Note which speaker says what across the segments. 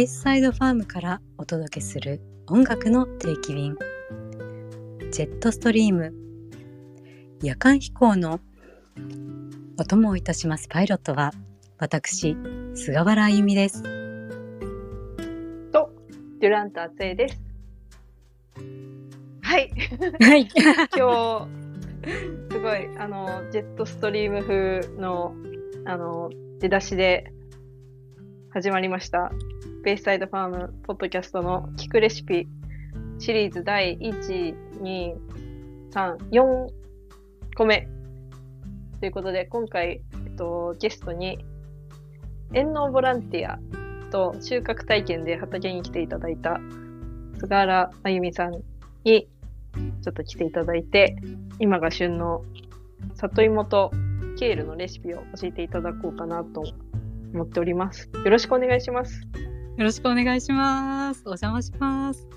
Speaker 1: イスサイドファームからお届けする音楽の定期便ジェットストリーム夜間飛行のお供をいたしますパイロットは私菅原あゆみです
Speaker 2: と、デュラント厚江です。はい、
Speaker 1: はい
Speaker 2: 今日、すごい、あの、ジェットストリーム風の、あの、出だしで始まりました。ベイサイドファームポッドキャストの聞くレシピシリーズ第1、2、3、4個目。ということで、今回、えっと、ゲストに、遠農ボランティアと収穫体験で畑に来ていただいた菅原あゆみさんにちょっと来ていただいて今が旬の里芋とケールのレシピを教えていただこうかなと思っておりますよろしくお願いします
Speaker 1: よろしくお願いしますお邪魔します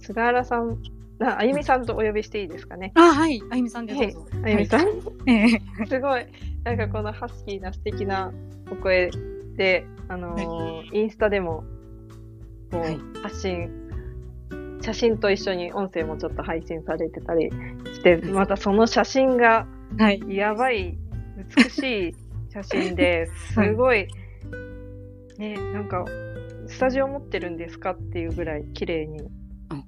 Speaker 2: 菅原さんああゆみさんとお呼びしていいですかね
Speaker 1: あはいあゆみさんです、
Speaker 2: はいあゆみさん、
Speaker 1: ええ
Speaker 2: すごいなんかこのハスキーな素敵なお声であのーインスタでもこう
Speaker 1: はい
Speaker 2: 発信、写真と一緒に音声もちょっと配信されてたりして、
Speaker 1: うん
Speaker 2: またその写真が
Speaker 1: はい
Speaker 2: やばい美しい写真で
Speaker 1: はい
Speaker 2: すごい、ねなんかスタジオ持ってるんですかっていうぐらい綺麗に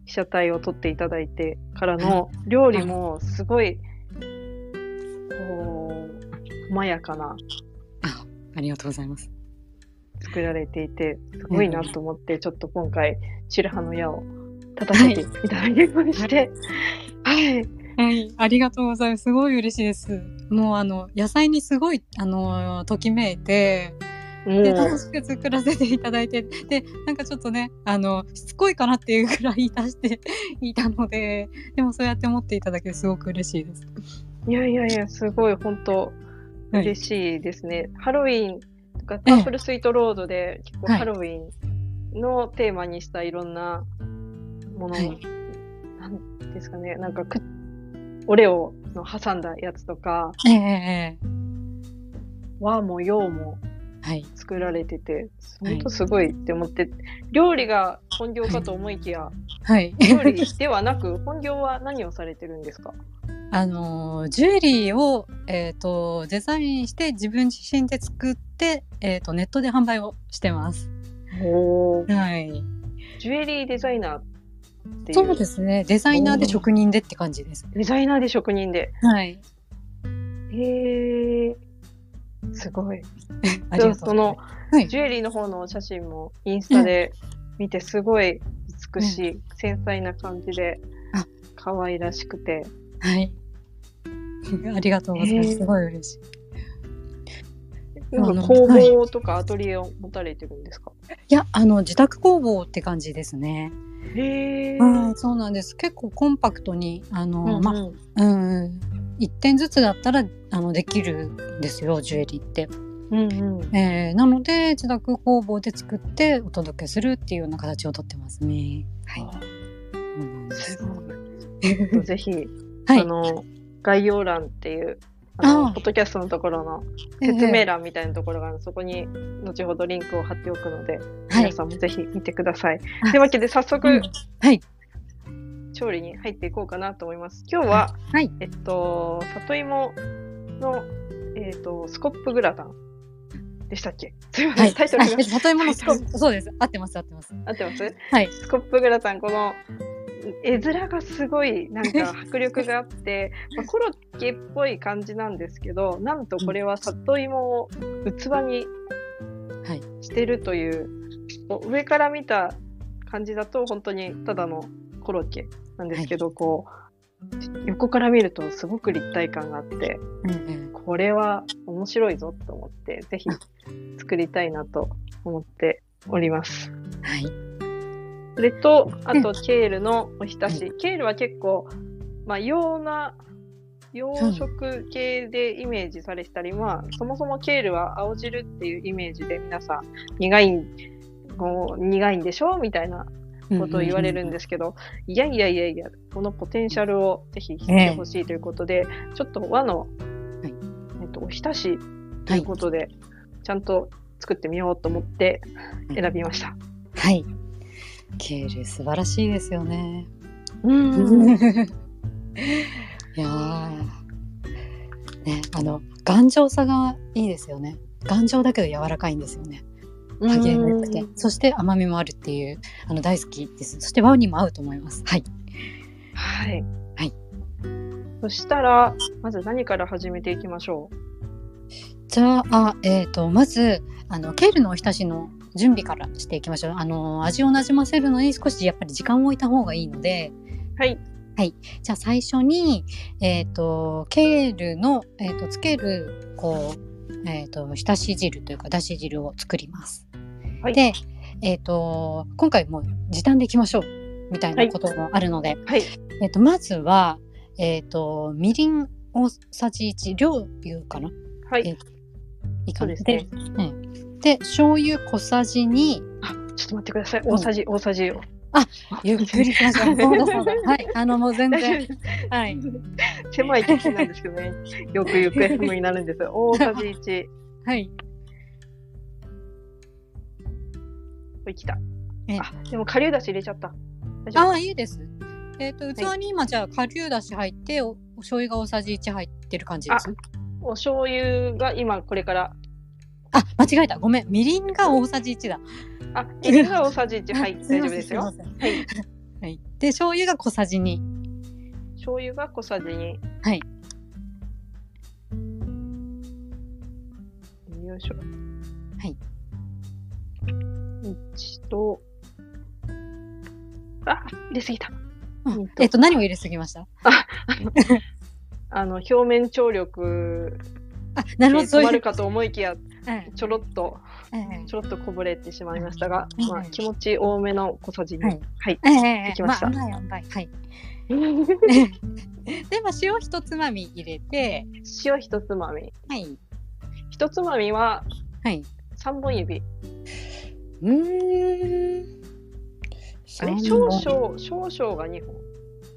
Speaker 2: 被写体を撮っていただいてからの料理もすごいこう細やかな
Speaker 1: ありがとうございます
Speaker 2: 作られていてすごいなと思って、ちょっと今回白羽の矢を叩かせていただきまして、はい、
Speaker 1: はい、ありがとうございます。すごい嬉しいです。もうあの野菜にすごいあのときめいて、
Speaker 2: も
Speaker 1: で
Speaker 2: う
Speaker 1: 楽しく作らせていただいて、でなんかちょっとねあのしつこいかなっていうくらい出して いたので、でもそうやって持っていただけてすごく嬉しいです。
Speaker 2: いやいやいや、すごい、本当、
Speaker 1: はい
Speaker 2: 嬉しいですね。ハロウィーンとか、
Speaker 1: え
Speaker 2: パープルスイートロードで、結構
Speaker 1: はい
Speaker 2: ハロウィーンのテーマにしたいろんなもの、
Speaker 1: はい
Speaker 2: なんですかね、なんかく、オレオの挟んだやつとか、
Speaker 1: ええええ
Speaker 2: 和も洋も
Speaker 1: はい、
Speaker 2: 作られてて、
Speaker 1: はい
Speaker 2: 本当すごいって思って、料理が本業かと思いき や、
Speaker 1: はい、
Speaker 2: 料理ではなく、本業は何をされてるんですか
Speaker 1: あのジュエリーをえっ、とデザインして自分自身で作ってえっ、とネットで販売をしてます。
Speaker 2: お
Speaker 1: はい、
Speaker 2: ジュエリーデザイナーっていう。
Speaker 1: そうですね。デザイナーで職人でって感じです。
Speaker 2: デザイナーで職人で。
Speaker 1: はい。
Speaker 2: へえ、すごい。
Speaker 1: ありがとうございます
Speaker 2: その、
Speaker 1: はい
Speaker 2: ジュエリーの方のお写真もインスタで見て、すごい美しい、繊細な感じで
Speaker 1: あ、
Speaker 2: 可愛らしくて。
Speaker 1: はい。ありがとうござい ます。
Speaker 2: えー
Speaker 1: すごい嬉しい。
Speaker 2: なんか
Speaker 1: あの
Speaker 2: 工房とかアトリエを持たれてるんですか、
Speaker 1: いや、あの自宅工房って感じですね。
Speaker 2: へえ。
Speaker 1: はい、そうなんです。結構コンパクトに、あの、
Speaker 2: うんうん
Speaker 1: まあ、うん、一点ずつだったら、あのできるんですよ。ジュエリーって。
Speaker 2: うんうん
Speaker 1: えーなので、自宅工房で作って、お届けするっていうような形をとってますね。はい。そうなんですす。
Speaker 2: ごいちょっとぜひ、
Speaker 1: はい
Speaker 2: あの、概要欄っていう、あの
Speaker 1: あー
Speaker 2: ポッドキャストのところの説
Speaker 1: え
Speaker 2: 明
Speaker 1: ー
Speaker 2: 欄みたいなところがあるのでそこに後ほどリンクを貼っておくので、
Speaker 1: は
Speaker 2: 皆
Speaker 1: い。
Speaker 2: さんもぜひ見てください。
Speaker 1: あ
Speaker 2: というわけで早速、
Speaker 1: うんはい。
Speaker 2: 調理に入っていこうかなと思います。今日は、
Speaker 1: はい。
Speaker 2: えっと、里芋の、えっと、スコップグラタンでしたっけすいません、
Speaker 1: はい。
Speaker 2: タイトルが
Speaker 1: あえっと里芋の。
Speaker 2: タイト
Speaker 1: そうです。合ってます。合ってます。
Speaker 2: 合ってます
Speaker 1: はい。
Speaker 2: スコップグラタン、この絵面がすごいなんか迫力があって、まあ、コロッケっぽい感じなんですけど、なんとこれは里芋を器に
Speaker 1: はい
Speaker 2: してるという、こう上から見た感じだと本当にただのコロッケなんですけど、こう横から見るとすごく立体感があって、
Speaker 1: うんうん
Speaker 2: これは面白いぞと思って、ぜひ作りたいなと思っております。
Speaker 1: はい。
Speaker 2: それと、あと、ケールのおひたし。ケールは結構、まあ、洋な、洋食系でイメージされてたり、まあ、そもそもケールは青汁っていうイメージで、皆さん、苦いん、こう苦いんでしょみたいなことを言われるん
Speaker 1: で。
Speaker 2: ですけど、いやいやいやいや、このポテンシャルをぜひ知ってほしいということで、ちょっと和の、
Speaker 1: はい
Speaker 2: えっと、おひたし
Speaker 1: は
Speaker 2: とい。
Speaker 1: いう
Speaker 2: ことで、ちゃんと作ってみようと思って選びました。
Speaker 1: はい。ケール素晴らしいですよね。
Speaker 2: うん。
Speaker 1: いやーね、あの頑丈さがいいですよね。頑丈だけど柔らかいんですよね。歯切れが良くて、そして甘みもあるっていうあの大好きです。そしてワウにも合うと思います。はい。
Speaker 2: はい。
Speaker 1: はい。
Speaker 2: そしたら、まず何から始めていきましょう。
Speaker 1: じゃあ、えー、とまずあのケールのおひたしの準備からしていきましょうあの味をなじませるのに少しやっぱり時間を置いた方がいいので
Speaker 2: はい。
Speaker 1: じゃあ最初に、えー、とケールの、えー、とつけるこう、えー、とひたし汁というかだし汁を作ります。
Speaker 2: はい
Speaker 1: で、えー、と今回もう時短でいきましょうみたいなこともあるので、
Speaker 2: はい。
Speaker 1: えっと、まずは、えっと、みりん大さじ1量いうかな
Speaker 2: は
Speaker 1: え
Speaker 2: い。
Speaker 1: いいかな
Speaker 2: そうです
Speaker 1: うんで醤油小さじ2
Speaker 2: あ、ちょっと待ってください。大さじ、大さじ を。
Speaker 1: ゆっくりしましょう。そうだそうだ。はい、あのもう全
Speaker 2: 大
Speaker 1: 然。
Speaker 2: 丈夫
Speaker 1: はい。
Speaker 2: 狭い敵なんですけどね。よく行方不明になるんですよ。大さじ1。
Speaker 1: はい。
Speaker 2: これ来た
Speaker 1: え。
Speaker 2: あ、でも、顆粒だし入れちゃった。大
Speaker 1: あ
Speaker 2: 丈夫
Speaker 1: あ、いいです。えっ、と、器に今じゃあ、顆粒だし入って、おお醤油が大さじ1入ってる感じです。
Speaker 2: お醤油が今、これから。
Speaker 1: あ間違えた。ごめん。みりんが大さじ1だ。
Speaker 2: あ、みりんが大さじ1。はい。
Speaker 1: あす
Speaker 2: 大
Speaker 1: ませ
Speaker 2: 丈夫
Speaker 1: ん
Speaker 2: ですよ。
Speaker 1: すいませんはい。で、醤油が小さじ2。
Speaker 2: 醤油が小さじ2。
Speaker 1: はい。
Speaker 2: よいしょ。
Speaker 1: はい。
Speaker 2: 1と、あ、入れすぎた。
Speaker 1: うん
Speaker 2: えっと
Speaker 1: えっ、と、何を入れすぎました
Speaker 2: あの、表面張力
Speaker 1: あ、な
Speaker 2: で
Speaker 1: るほど。そう
Speaker 2: 止
Speaker 1: い
Speaker 2: まる
Speaker 1: う。
Speaker 2: かと思いきや、
Speaker 1: え
Speaker 2: ちょろっと、
Speaker 1: ええ
Speaker 2: ちょろっとこぼれてしまいましたが
Speaker 1: い、
Speaker 2: まあ、
Speaker 1: はい
Speaker 2: 気持ち多めの小さじ2。
Speaker 1: はい
Speaker 2: はい。
Speaker 1: えええ
Speaker 2: できました
Speaker 1: まあ、まあ、まあはい。で、まあ、塩一つまみ入れて、
Speaker 2: 塩一つまみ。
Speaker 1: はい。
Speaker 2: 一つまみは
Speaker 1: はい。
Speaker 2: 3本指。
Speaker 1: うーん。
Speaker 2: あれ
Speaker 1: 三
Speaker 2: 少
Speaker 1: 本
Speaker 2: 々、少々が2本。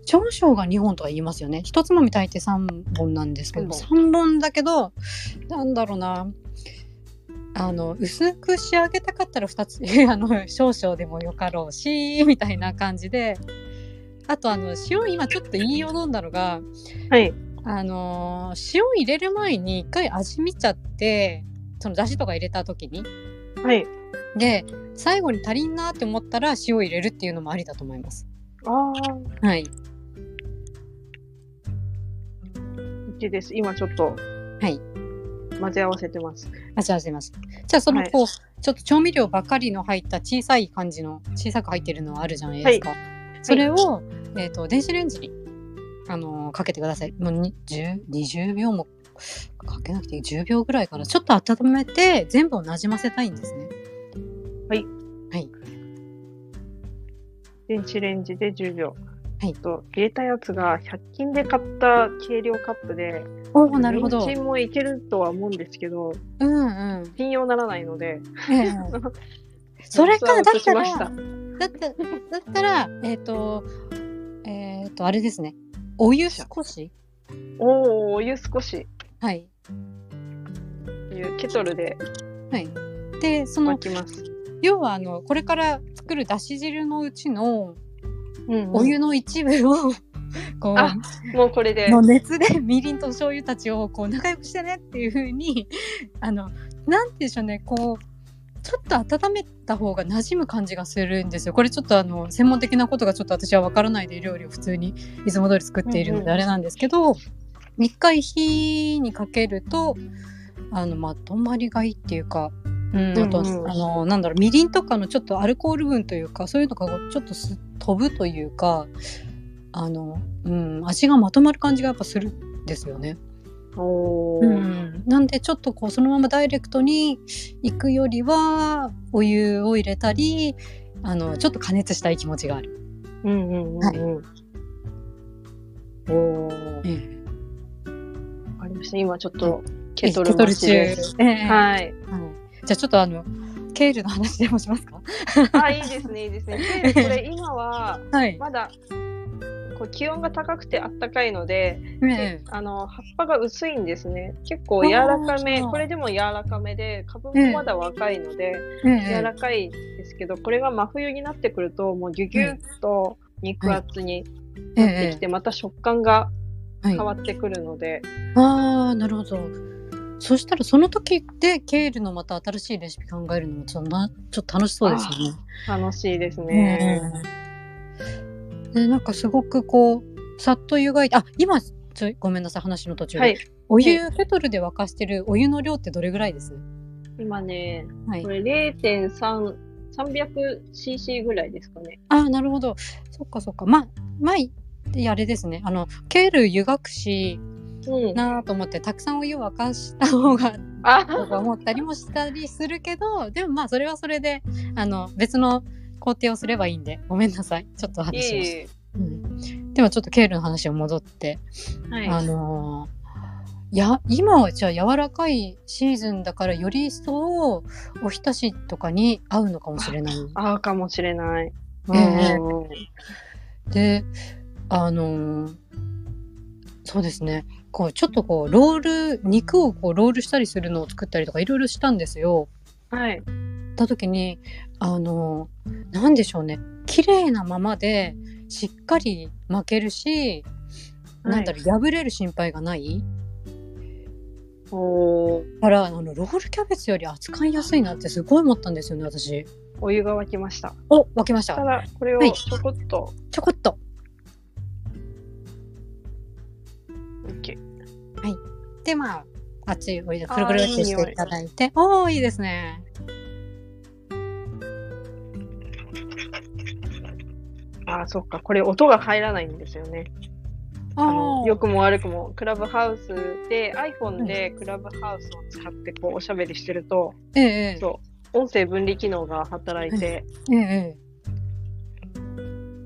Speaker 1: 少々が2本とは言いますよね。一つもみ炊いて3本なんですけど、
Speaker 2: 三
Speaker 1: 3本だけど、なんだろうな。あの、薄く仕上げたかったら2つ、あ の、少々でもよかろうし、みたいな感じで。あと、あの、塩、今ちょっと言いよどんだのが、
Speaker 2: はい。
Speaker 1: あのー塩入れる前に一回味見ちゃって、その出汁とか入れた時に。
Speaker 2: はい。
Speaker 1: で、最後に足りんなって思ったら塩入れるっていうのもありだと思います。
Speaker 2: あ
Speaker 1: はい。。
Speaker 2: あ、OK です。今ちょっと。はい混ぜ合わせてます。
Speaker 1: あ、じゃあすいません。じゃあその
Speaker 2: はい
Speaker 1: こう、ちょっと調味料ばかりの入った小さい感じの小さく入ってるのはあるじゃないですか。それを、えっ、と電子レンジにあのーかけてください。もうに10 20秒もかけなくていい10秒ぐらいからちょっと温めて全部をなじませたいんですね。
Speaker 2: はい。
Speaker 1: はい。
Speaker 2: 電子レンジで10秒。
Speaker 1: はい
Speaker 2: と入れたやつが100均で買った計量カップで、
Speaker 1: おおなるほど
Speaker 2: 人。参もいけるとは思うんですけど、
Speaker 1: うんうん。
Speaker 2: 信用ならないので、
Speaker 1: ええ それかだ
Speaker 2: 実
Speaker 1: った
Speaker 2: は
Speaker 1: ら
Speaker 2: 移しました
Speaker 1: だっただったらえっ、とえっ、とあれですね。お湯少し
Speaker 2: おーお湯少し
Speaker 1: はい
Speaker 2: というケトルで
Speaker 1: はい。でその
Speaker 2: 巻きます。
Speaker 1: 要はあのこれから作るだし汁のうちの
Speaker 2: うんうん
Speaker 1: お湯の一部を、こ
Speaker 2: あ
Speaker 1: う
Speaker 2: もうこれで
Speaker 1: の熱でみりんと醤油たちをこう仲良くしてねっていう風に あのなんて言うんでしょうねこうちょっと温めた方が馴染む感じがするんですよ。これちょっとあの専門的なことがちょっと私は分からないで料理を普通にいつも通り作っているの
Speaker 2: うんう
Speaker 1: で
Speaker 2: ん
Speaker 1: あれなんですけど、一回火にかけるとあのまとまりがいいっていうか、うん、あと、
Speaker 2: うんうん
Speaker 1: あのなんだろうみりんとかのちょっとアルコール分というかそういうのがちょっとす飛ぶというかあの、うん、味がまとまる感じがやっぱするんですよね。
Speaker 2: おお、
Speaker 1: うん、なんでちょっとこうそのままダイレクトに行くよりはお湯を入れたりあのちょっと加熱したい気持ちがある。
Speaker 2: うんうんうんうん。
Speaker 1: はい
Speaker 2: おー
Speaker 1: え
Speaker 2: わかりました。今ちょっと
Speaker 1: え
Speaker 2: ケトル待ち
Speaker 1: ケ
Speaker 2: です。
Speaker 1: トル中ええ
Speaker 2: はい。
Speaker 1: はい、じゃあちょっとあのケールの話でもしますか。
Speaker 2: あ、いいですね、いいですね。ケールこれ今は
Speaker 1: はい。
Speaker 2: まだこう気温が高くてあったかいので、
Speaker 1: え
Speaker 2: あの葉っぱが薄いんですね。結構柔らかめ、
Speaker 1: あー
Speaker 2: これでも柔らかめで、株もまだ若いので、
Speaker 1: ええ
Speaker 2: 柔
Speaker 1: え
Speaker 2: らかいですけど、これが真冬になってくると、もうギュギュッと肉厚になってきて、また食感が
Speaker 1: はい
Speaker 2: 変わってくるので、
Speaker 1: ああなるほどそしたらその時でケールのまた新しいレシピ考えるのもちょっとなちょっと楽しそうですよね。
Speaker 2: 楽しいですね。
Speaker 1: ねでなんかすごくこうさっと湯がいてあ今ちょごめんなさい話の途中で、
Speaker 2: はい、
Speaker 1: お湯ケトルで沸かしてるお湯の量ってどれぐらいです
Speaker 2: 今ね、
Speaker 1: はい
Speaker 2: こ、れ0.3、300cc ぐらいですかね。
Speaker 1: ああなるほどそっかそっかまあ前あれですねあのケール湯がくし
Speaker 2: うん。
Speaker 1: なーと思ってたくさんお湯沸かした方がと
Speaker 2: あ、
Speaker 1: か思ったりもしたりするけどでもまあそれはそれであの別の工程をすればいいんでごめんなさいちょっと
Speaker 2: い
Speaker 1: 話しました、
Speaker 2: い。
Speaker 1: うん、ではちょっとケールの話を戻って、
Speaker 2: はい。
Speaker 1: あのーや今はじゃあ柔らかいシーズンだからより一層おひたしとかに合うのかもしれない。
Speaker 2: ああ、かもしれない。
Speaker 1: うん
Speaker 2: うん
Speaker 1: であのーそうですねこうちょっとこうロール肉をこうロールしたりするのを作ったりとかいろいろしたんですよ。
Speaker 2: はい。
Speaker 1: った時にあの何でしょうね綺麗なままでしっかり巻けるし、なんだろう破れる心配がない
Speaker 2: おー
Speaker 1: からあのロールキャベツより扱いやすいなってすごい思ったんですよね私。
Speaker 2: お湯が沸きました。
Speaker 1: お分けまし
Speaker 2: た
Speaker 1: た
Speaker 2: だ、これを
Speaker 1: はい
Speaker 2: ちょこっと、
Speaker 1: ちょこっと
Speaker 2: OK
Speaker 1: でまあ熱いお湯でくるくるってしていただいておおーいいですね。
Speaker 2: ああ、そっか。これ音が入らないんですよね。あ
Speaker 1: あ
Speaker 2: の
Speaker 1: ー
Speaker 2: 良くも悪くも、クラブハウスで、iPhone でクラブハウスを使ってこうおしゃべりしてると、
Speaker 1: えええ
Speaker 2: そう、音声分離機能が働いて、
Speaker 1: ええ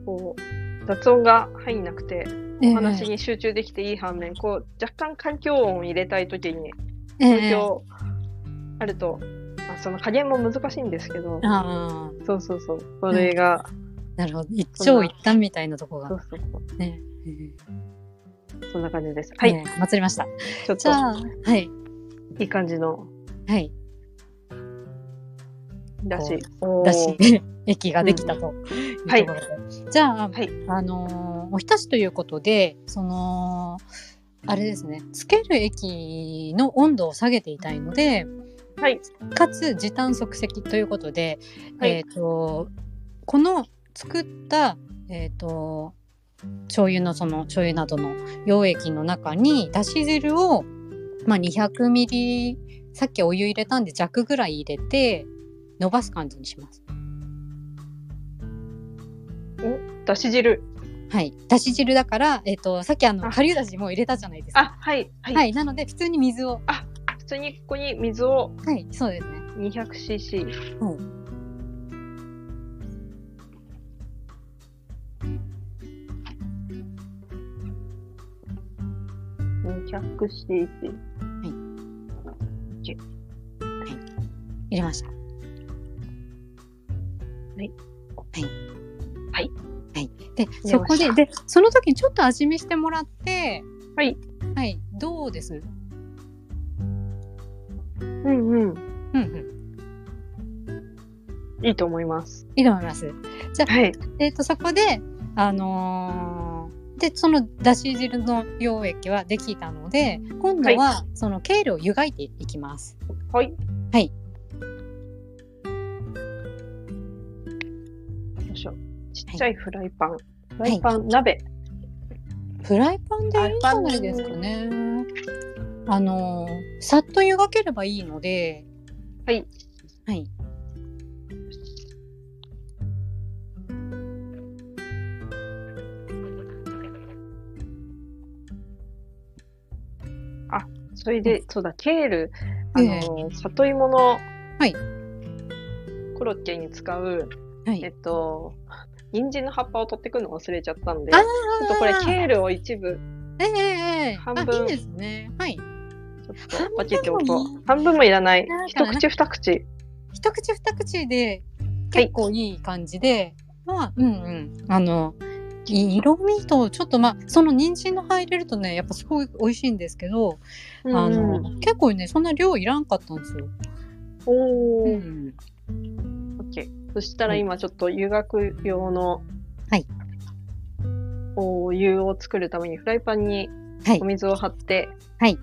Speaker 2: こう、雑音が入んなくて、
Speaker 1: ええ
Speaker 2: お話に集中できていい反面、こう、若干環境音を入れたいときに、
Speaker 1: ええ
Speaker 2: 環
Speaker 1: ええ
Speaker 2: 境あると、まあ、その加減も難しいんですけど、
Speaker 1: ああ
Speaker 2: そうそうそう、それが、
Speaker 1: なるほど一長一短みたいなとこ
Speaker 2: そ
Speaker 1: が
Speaker 2: うそうそう
Speaker 1: ね。ええ
Speaker 2: そんな感じです。はい、
Speaker 1: ええ祭りました。
Speaker 2: ちょっ
Speaker 1: じ
Speaker 2: と
Speaker 1: ゃあはい
Speaker 2: いい感じの
Speaker 1: はい。
Speaker 2: だし。
Speaker 1: だ
Speaker 2: お
Speaker 1: し
Speaker 2: ー
Speaker 1: 液ができたというところで、じゃあ、
Speaker 2: はい
Speaker 1: あのーおひたしということでそのあれですねつける液の温度を下げていたいので、
Speaker 2: はい
Speaker 1: かつ時短即席ということで、
Speaker 2: はい
Speaker 1: えっ、とこの作ったえっ、と醤油のその醤油などの溶液の中にだし汁をまあ200ミリさっきお湯入れたんで弱ぐらい入れて伸ばす感じにします。
Speaker 2: だし汁。
Speaker 1: はい、だし汁だから、えっとさっきあの
Speaker 2: あ
Speaker 1: 顆粒だしもう入れたじゃないですか。
Speaker 2: あ、はい、はい。
Speaker 1: はい、なので普通に水を、
Speaker 2: 普通にここに水を
Speaker 1: はい、そうですね。
Speaker 2: 200cc。200cc。。
Speaker 1: 入れました。はいはい。
Speaker 2: はい。
Speaker 1: はい。で、
Speaker 2: た
Speaker 1: そこで、で、その時にちょっと味見してもらって。
Speaker 2: はい。
Speaker 1: はい、どうです。
Speaker 2: うんうん。
Speaker 1: うんうん。
Speaker 2: いいと思います。
Speaker 1: いいと思います。
Speaker 2: はい。
Speaker 1: えっ、と、そこで、あのーで、そのだし汁の溶液はできたので、今度は、そのケールを湯がいていきます。
Speaker 2: はい。
Speaker 1: はい。
Speaker 2: よいしょ。ちっちゃいフライパン。フライパン、鍋。
Speaker 1: フライパンでいいんじゃないですかね。あのーさっと湯がければいいので、
Speaker 2: はい。
Speaker 1: はい。
Speaker 2: それで、そうだ、ケール、あの、
Speaker 1: え
Speaker 2: 里芋の、
Speaker 1: はい
Speaker 2: コロッケに使う、
Speaker 1: は
Speaker 2: え
Speaker 1: い。
Speaker 2: っと、人参の葉っぱを取ってくるの忘れちゃったんで、ち
Speaker 1: あ
Speaker 2: ょ
Speaker 1: ー
Speaker 2: っとこれ、ケールを一部、
Speaker 1: ええええ
Speaker 2: 半
Speaker 1: あ
Speaker 2: 分
Speaker 1: いいですね。はい。
Speaker 2: ちょっと分けてお
Speaker 1: 半分も
Speaker 2: こ。
Speaker 1: いいう
Speaker 2: 半分もいらない
Speaker 1: だ。か
Speaker 2: 一
Speaker 1: ら
Speaker 2: 口二口。
Speaker 1: 一口二口で結構いい感じで、まあうんうんあの色味とちょっとまあその人参の入れるとねやっぱすごい美味しいんですけど、
Speaker 2: うん
Speaker 1: あの結構ねそんな量いらんかったんですよ。
Speaker 2: お
Speaker 1: う
Speaker 2: ー
Speaker 1: ん、
Speaker 2: オッケーそしたら今ちょっと湯がく用の、
Speaker 1: はい
Speaker 2: お湯を作るためにフライパンに
Speaker 1: はい
Speaker 2: お水を張って、
Speaker 1: はい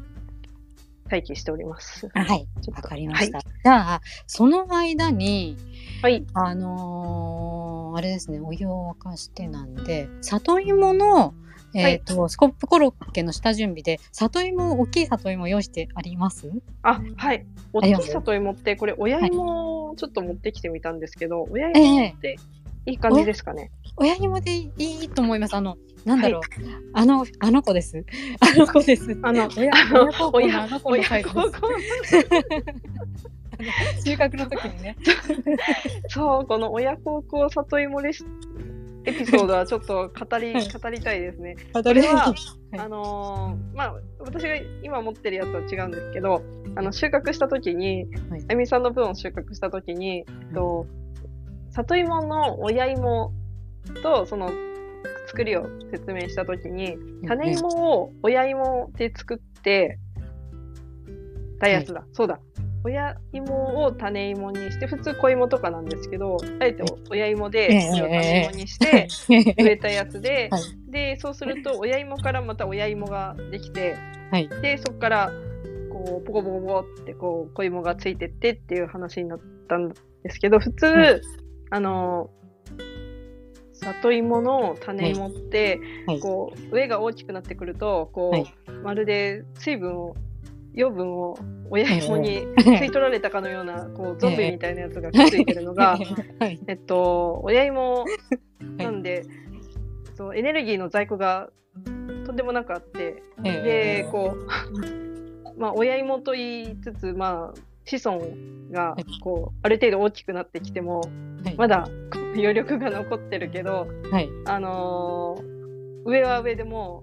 Speaker 2: 待機しております。
Speaker 1: あはい
Speaker 2: ちょっ
Speaker 1: わ
Speaker 2: と
Speaker 1: かりました。じゃあその間に
Speaker 2: はい。
Speaker 1: あのーあれですねお湯を沸かしてなんで里芋の
Speaker 2: い
Speaker 1: えーとスコップコロッケの下準備で里芋大きい里芋用意してあります
Speaker 2: あ、はい。おっ
Speaker 1: ありがとう
Speaker 2: きい里芋って、これ親芋をちょっと持ってきてみたんですけど、親
Speaker 1: え
Speaker 2: 芋
Speaker 1: え
Speaker 2: っていい感じですかね。
Speaker 1: 親芋でいいと思いますあのなんだろう、あのあの子です あの子です
Speaker 2: あの、
Speaker 1: 親
Speaker 2: あの
Speaker 1: 親孝行のあの子の
Speaker 2: 親
Speaker 1: サイズで
Speaker 2: 孝行
Speaker 1: す収穫の時にね
Speaker 2: そう、この親孝行里芋レシエピソードはちょっと語り、
Speaker 1: はい
Speaker 2: 語りたいですね。
Speaker 1: そ
Speaker 2: れは
Speaker 1: はい
Speaker 2: あのーまあ、私が今持ってるやつは違うんですけど、あの、収穫した時に
Speaker 1: はい、
Speaker 2: あゆみさんの分を収穫した時に、えっと、里芋の親芋と、その、作りを説明した時に、種芋を親芋で作ってたやつだ、そうだ親芋を種芋にして普通子芋とかなんですけどあえて親芋で
Speaker 1: ええ
Speaker 2: 種芋にして植えたやつで、
Speaker 1: は
Speaker 2: でそうすると親芋からまた親芋ができて、
Speaker 1: はい
Speaker 2: でそこからこうポコポコポコってこう子芋がついてってっていう話になったんですけど普通、
Speaker 1: はい
Speaker 2: あの里芋の種芋って、
Speaker 1: はい
Speaker 2: こう上が大きくなってくるとこう、
Speaker 1: はい
Speaker 2: まるで水分を養分を親芋に
Speaker 1: え
Speaker 2: 吸い取られたかのようなこうゾンビみたいなやつがくっついてるのが、
Speaker 1: はい
Speaker 2: えっと、親芋なんで、そうエネルギーの在庫がとんでもなくあって、
Speaker 1: え
Speaker 2: でこ うまあ親芋と言いつつ、まあ、子孫が
Speaker 1: はい
Speaker 2: こうある程度大きくなってきても
Speaker 1: はい
Speaker 2: まだ こう余力が残ってるけど、
Speaker 1: はい
Speaker 2: あのー上は上で も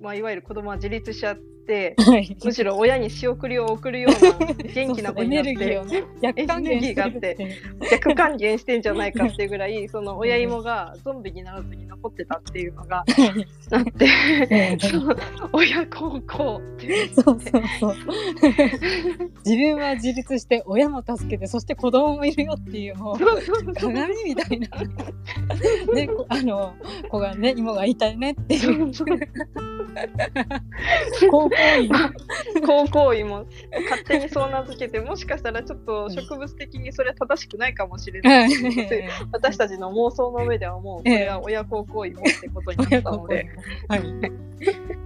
Speaker 2: うまあ、いわゆる子供は自立しち ゃって
Speaker 1: はい
Speaker 2: むしろ親に仕送りを送るような元気な子に
Speaker 1: エ
Speaker 2: なっ
Speaker 1: ネルギー
Speaker 2: て
Speaker 1: をね逆還元してるって
Speaker 2: 逆還元してんじゃないかっていうぐらいその親芋がゾンビにならずに残ってたっていうのがあって
Speaker 1: うん
Speaker 2: そう親孝行っていう
Speaker 1: そうそうそう。自分は自立して親も助けてそして子供もいるよっていうもう
Speaker 2: そうそうそう
Speaker 1: 鏡みたいな、ね、こ あの子がね芋がいたいねっていう高校員
Speaker 2: 高校員も勝手にそう名付けてもしかしたらちょっと植物的にそれは正しくないかもしれない私たちの妄想の上ではもうこれは親孝行員もってことにな
Speaker 1: 親
Speaker 2: った
Speaker 1: 孝
Speaker 2: の
Speaker 1: 行
Speaker 2: で
Speaker 1: はい、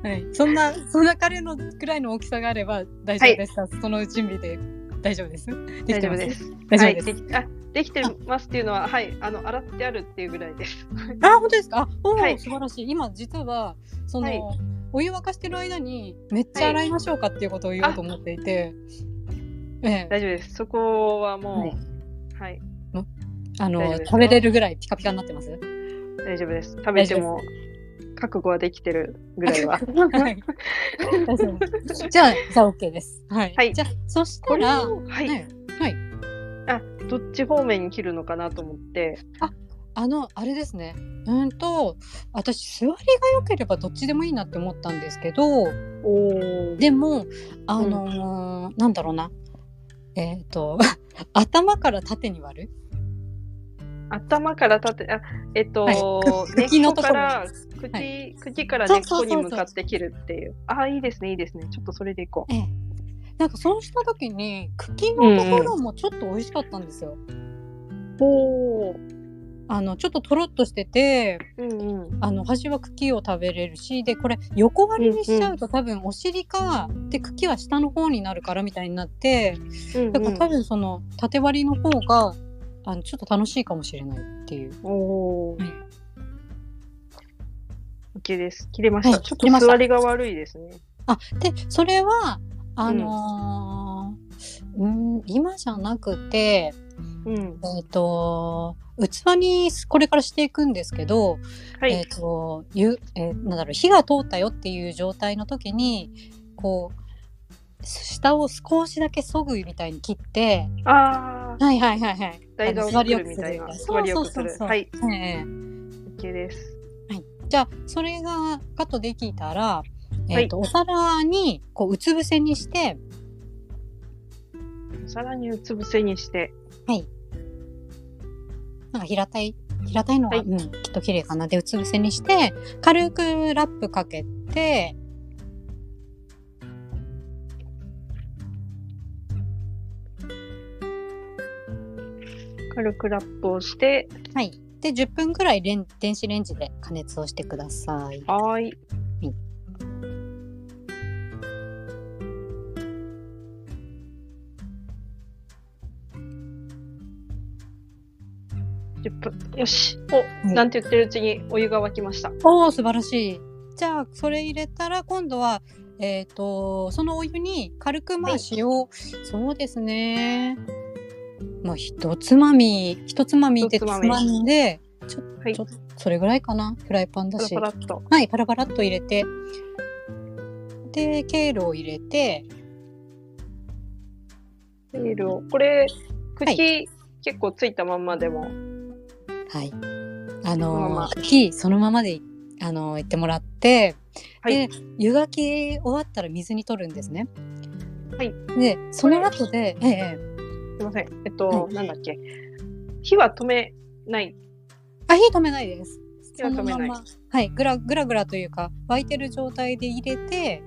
Speaker 1: はい、そんなそんな彼のくらいの大きさがあれば大丈夫ですか、その準備で大丈夫ですできて
Speaker 2: 大丈
Speaker 1: ま
Speaker 2: 夫
Speaker 1: す
Speaker 2: です。
Speaker 1: 大丈夫
Speaker 2: はい、
Speaker 1: です、
Speaker 2: できあできてますっていうのは、はい、あの洗ってあるっていうぐらいです。
Speaker 1: あ、本当ですか。あ、おお、
Speaker 2: はい
Speaker 1: 素晴らしい。今実はその、
Speaker 2: はい
Speaker 1: お湯沸かしてる間にめっちゃ洗いましょうかっていうことを言おうと思っていて、ええ、
Speaker 2: 大丈夫です。そこはもう、
Speaker 1: は
Speaker 2: はいい、
Speaker 1: あ
Speaker 2: 大丈
Speaker 1: の
Speaker 2: 夫です
Speaker 1: 食べれるぐらいピカピカになってます。
Speaker 2: 大丈夫です。食べても覚悟はできてるぐら いは。
Speaker 1: はい。 大丈夫ですじゃあじゃあオッケーです。はい。
Speaker 2: はい
Speaker 1: じゃあそした
Speaker 2: これ
Speaker 1: ら、
Speaker 2: を、はい、
Speaker 1: はいはい
Speaker 2: あ、どっち方面に切るのかなと思って、
Speaker 1: あのあれですね。うーんと私座りが良ければどっちでもいいなって思ったんですけど、
Speaker 2: おお、
Speaker 1: でもあのーなんだろうな。えっ、と 頭から縦に割る。
Speaker 2: 頭から立て、あ、えっと、
Speaker 1: はい
Speaker 2: 根っ
Speaker 1: 茎の
Speaker 2: こと
Speaker 1: ころ
Speaker 2: から口、
Speaker 1: は
Speaker 2: 茎から
Speaker 1: そ
Speaker 2: 根っ
Speaker 1: うそうそ
Speaker 2: こ
Speaker 1: うそ
Speaker 2: に
Speaker 1: う
Speaker 2: 向かって切るっていう。あ、いいですね、いいですね。ちょっとそれでいこう。
Speaker 1: ええ、なんかそうした時に茎のところもちょっと美味しかったんですよ。
Speaker 2: おお、
Speaker 1: あのちょっととろっとしてて
Speaker 2: うんうん。
Speaker 1: あの端は茎を食べれるしでこれ横割りにしちゃうと多分お尻か、で茎は下の方になるからみたいになって
Speaker 2: うん
Speaker 1: だから多
Speaker 2: う、
Speaker 1: 分その縦割りの方があのちょっと楽しいかもしれないっていうん
Speaker 2: おお
Speaker 1: はい。
Speaker 2: OK です。切れました。
Speaker 1: はい
Speaker 2: ちょっ
Speaker 1: 切れまし
Speaker 2: と
Speaker 1: た
Speaker 2: 座りが悪いですね。
Speaker 1: あでそれはあのーうん、今じゃなくて、
Speaker 2: うん。
Speaker 1: えっと器にこれからしていくんですけど、
Speaker 2: はい。
Speaker 1: えっ、とゆ、えーなんだろう火が通ったよっていう状態の時にこう下を少しだけそぐみたいに切って
Speaker 2: ああ、
Speaker 1: はいはいはいはい
Speaker 2: 台座を
Speaker 1: あの
Speaker 2: 作るみたいな。座りよくす
Speaker 1: そうそう
Speaker 2: る。
Speaker 1: そうそう
Speaker 2: はい、
Speaker 1: ええ
Speaker 2: OK です。
Speaker 1: じゃあそれがカットできたら、えっとお皿にこううつ伏せにして
Speaker 2: お皿にうつ伏せにして。
Speaker 1: なんか平たい平たいのが、
Speaker 2: はい
Speaker 1: うん、きっと綺麗かなでうつ伏せにして軽くラップかけて
Speaker 2: 軽くラップをして、
Speaker 1: はいで10分くらいレン電子レンジで加熱をしてください。
Speaker 2: はーい。10分。よし。お、
Speaker 1: はい
Speaker 2: なんて言ってるうちにお湯が沸きました。
Speaker 1: おお素晴らしいじゃあそれ入れたら今度はえっ、とそのお湯に軽くまあ
Speaker 2: はい
Speaker 1: 塩、そうですねまあひとつまみひとつまみで
Speaker 2: ひと
Speaker 1: つ
Speaker 2: つまみ
Speaker 1: まんでちょ
Speaker 2: はい
Speaker 1: ちょそれぐらいかなフライパンだ
Speaker 2: パラ
Speaker 1: し
Speaker 2: パラっと。
Speaker 1: はいパラパラっと入れてでケールを入れて
Speaker 2: ビールを。こ
Speaker 1: は
Speaker 2: れ、口、結構ついたまんまでも。
Speaker 1: はいあ
Speaker 2: そのま
Speaker 1: の
Speaker 2: ま
Speaker 1: 火そのままでいあのいってもらって
Speaker 2: は
Speaker 1: で
Speaker 2: い。
Speaker 1: 湯がき終わったら水に取るんですね。
Speaker 2: はい、
Speaker 1: でその後で、ええええ、
Speaker 2: すいません。えっ
Speaker 1: は
Speaker 2: と、なんだっけ。火は止めない。
Speaker 1: あ火止めないです。
Speaker 2: 火は止めない
Speaker 1: そのままはいグラグラグラというか沸いてる状態で入れて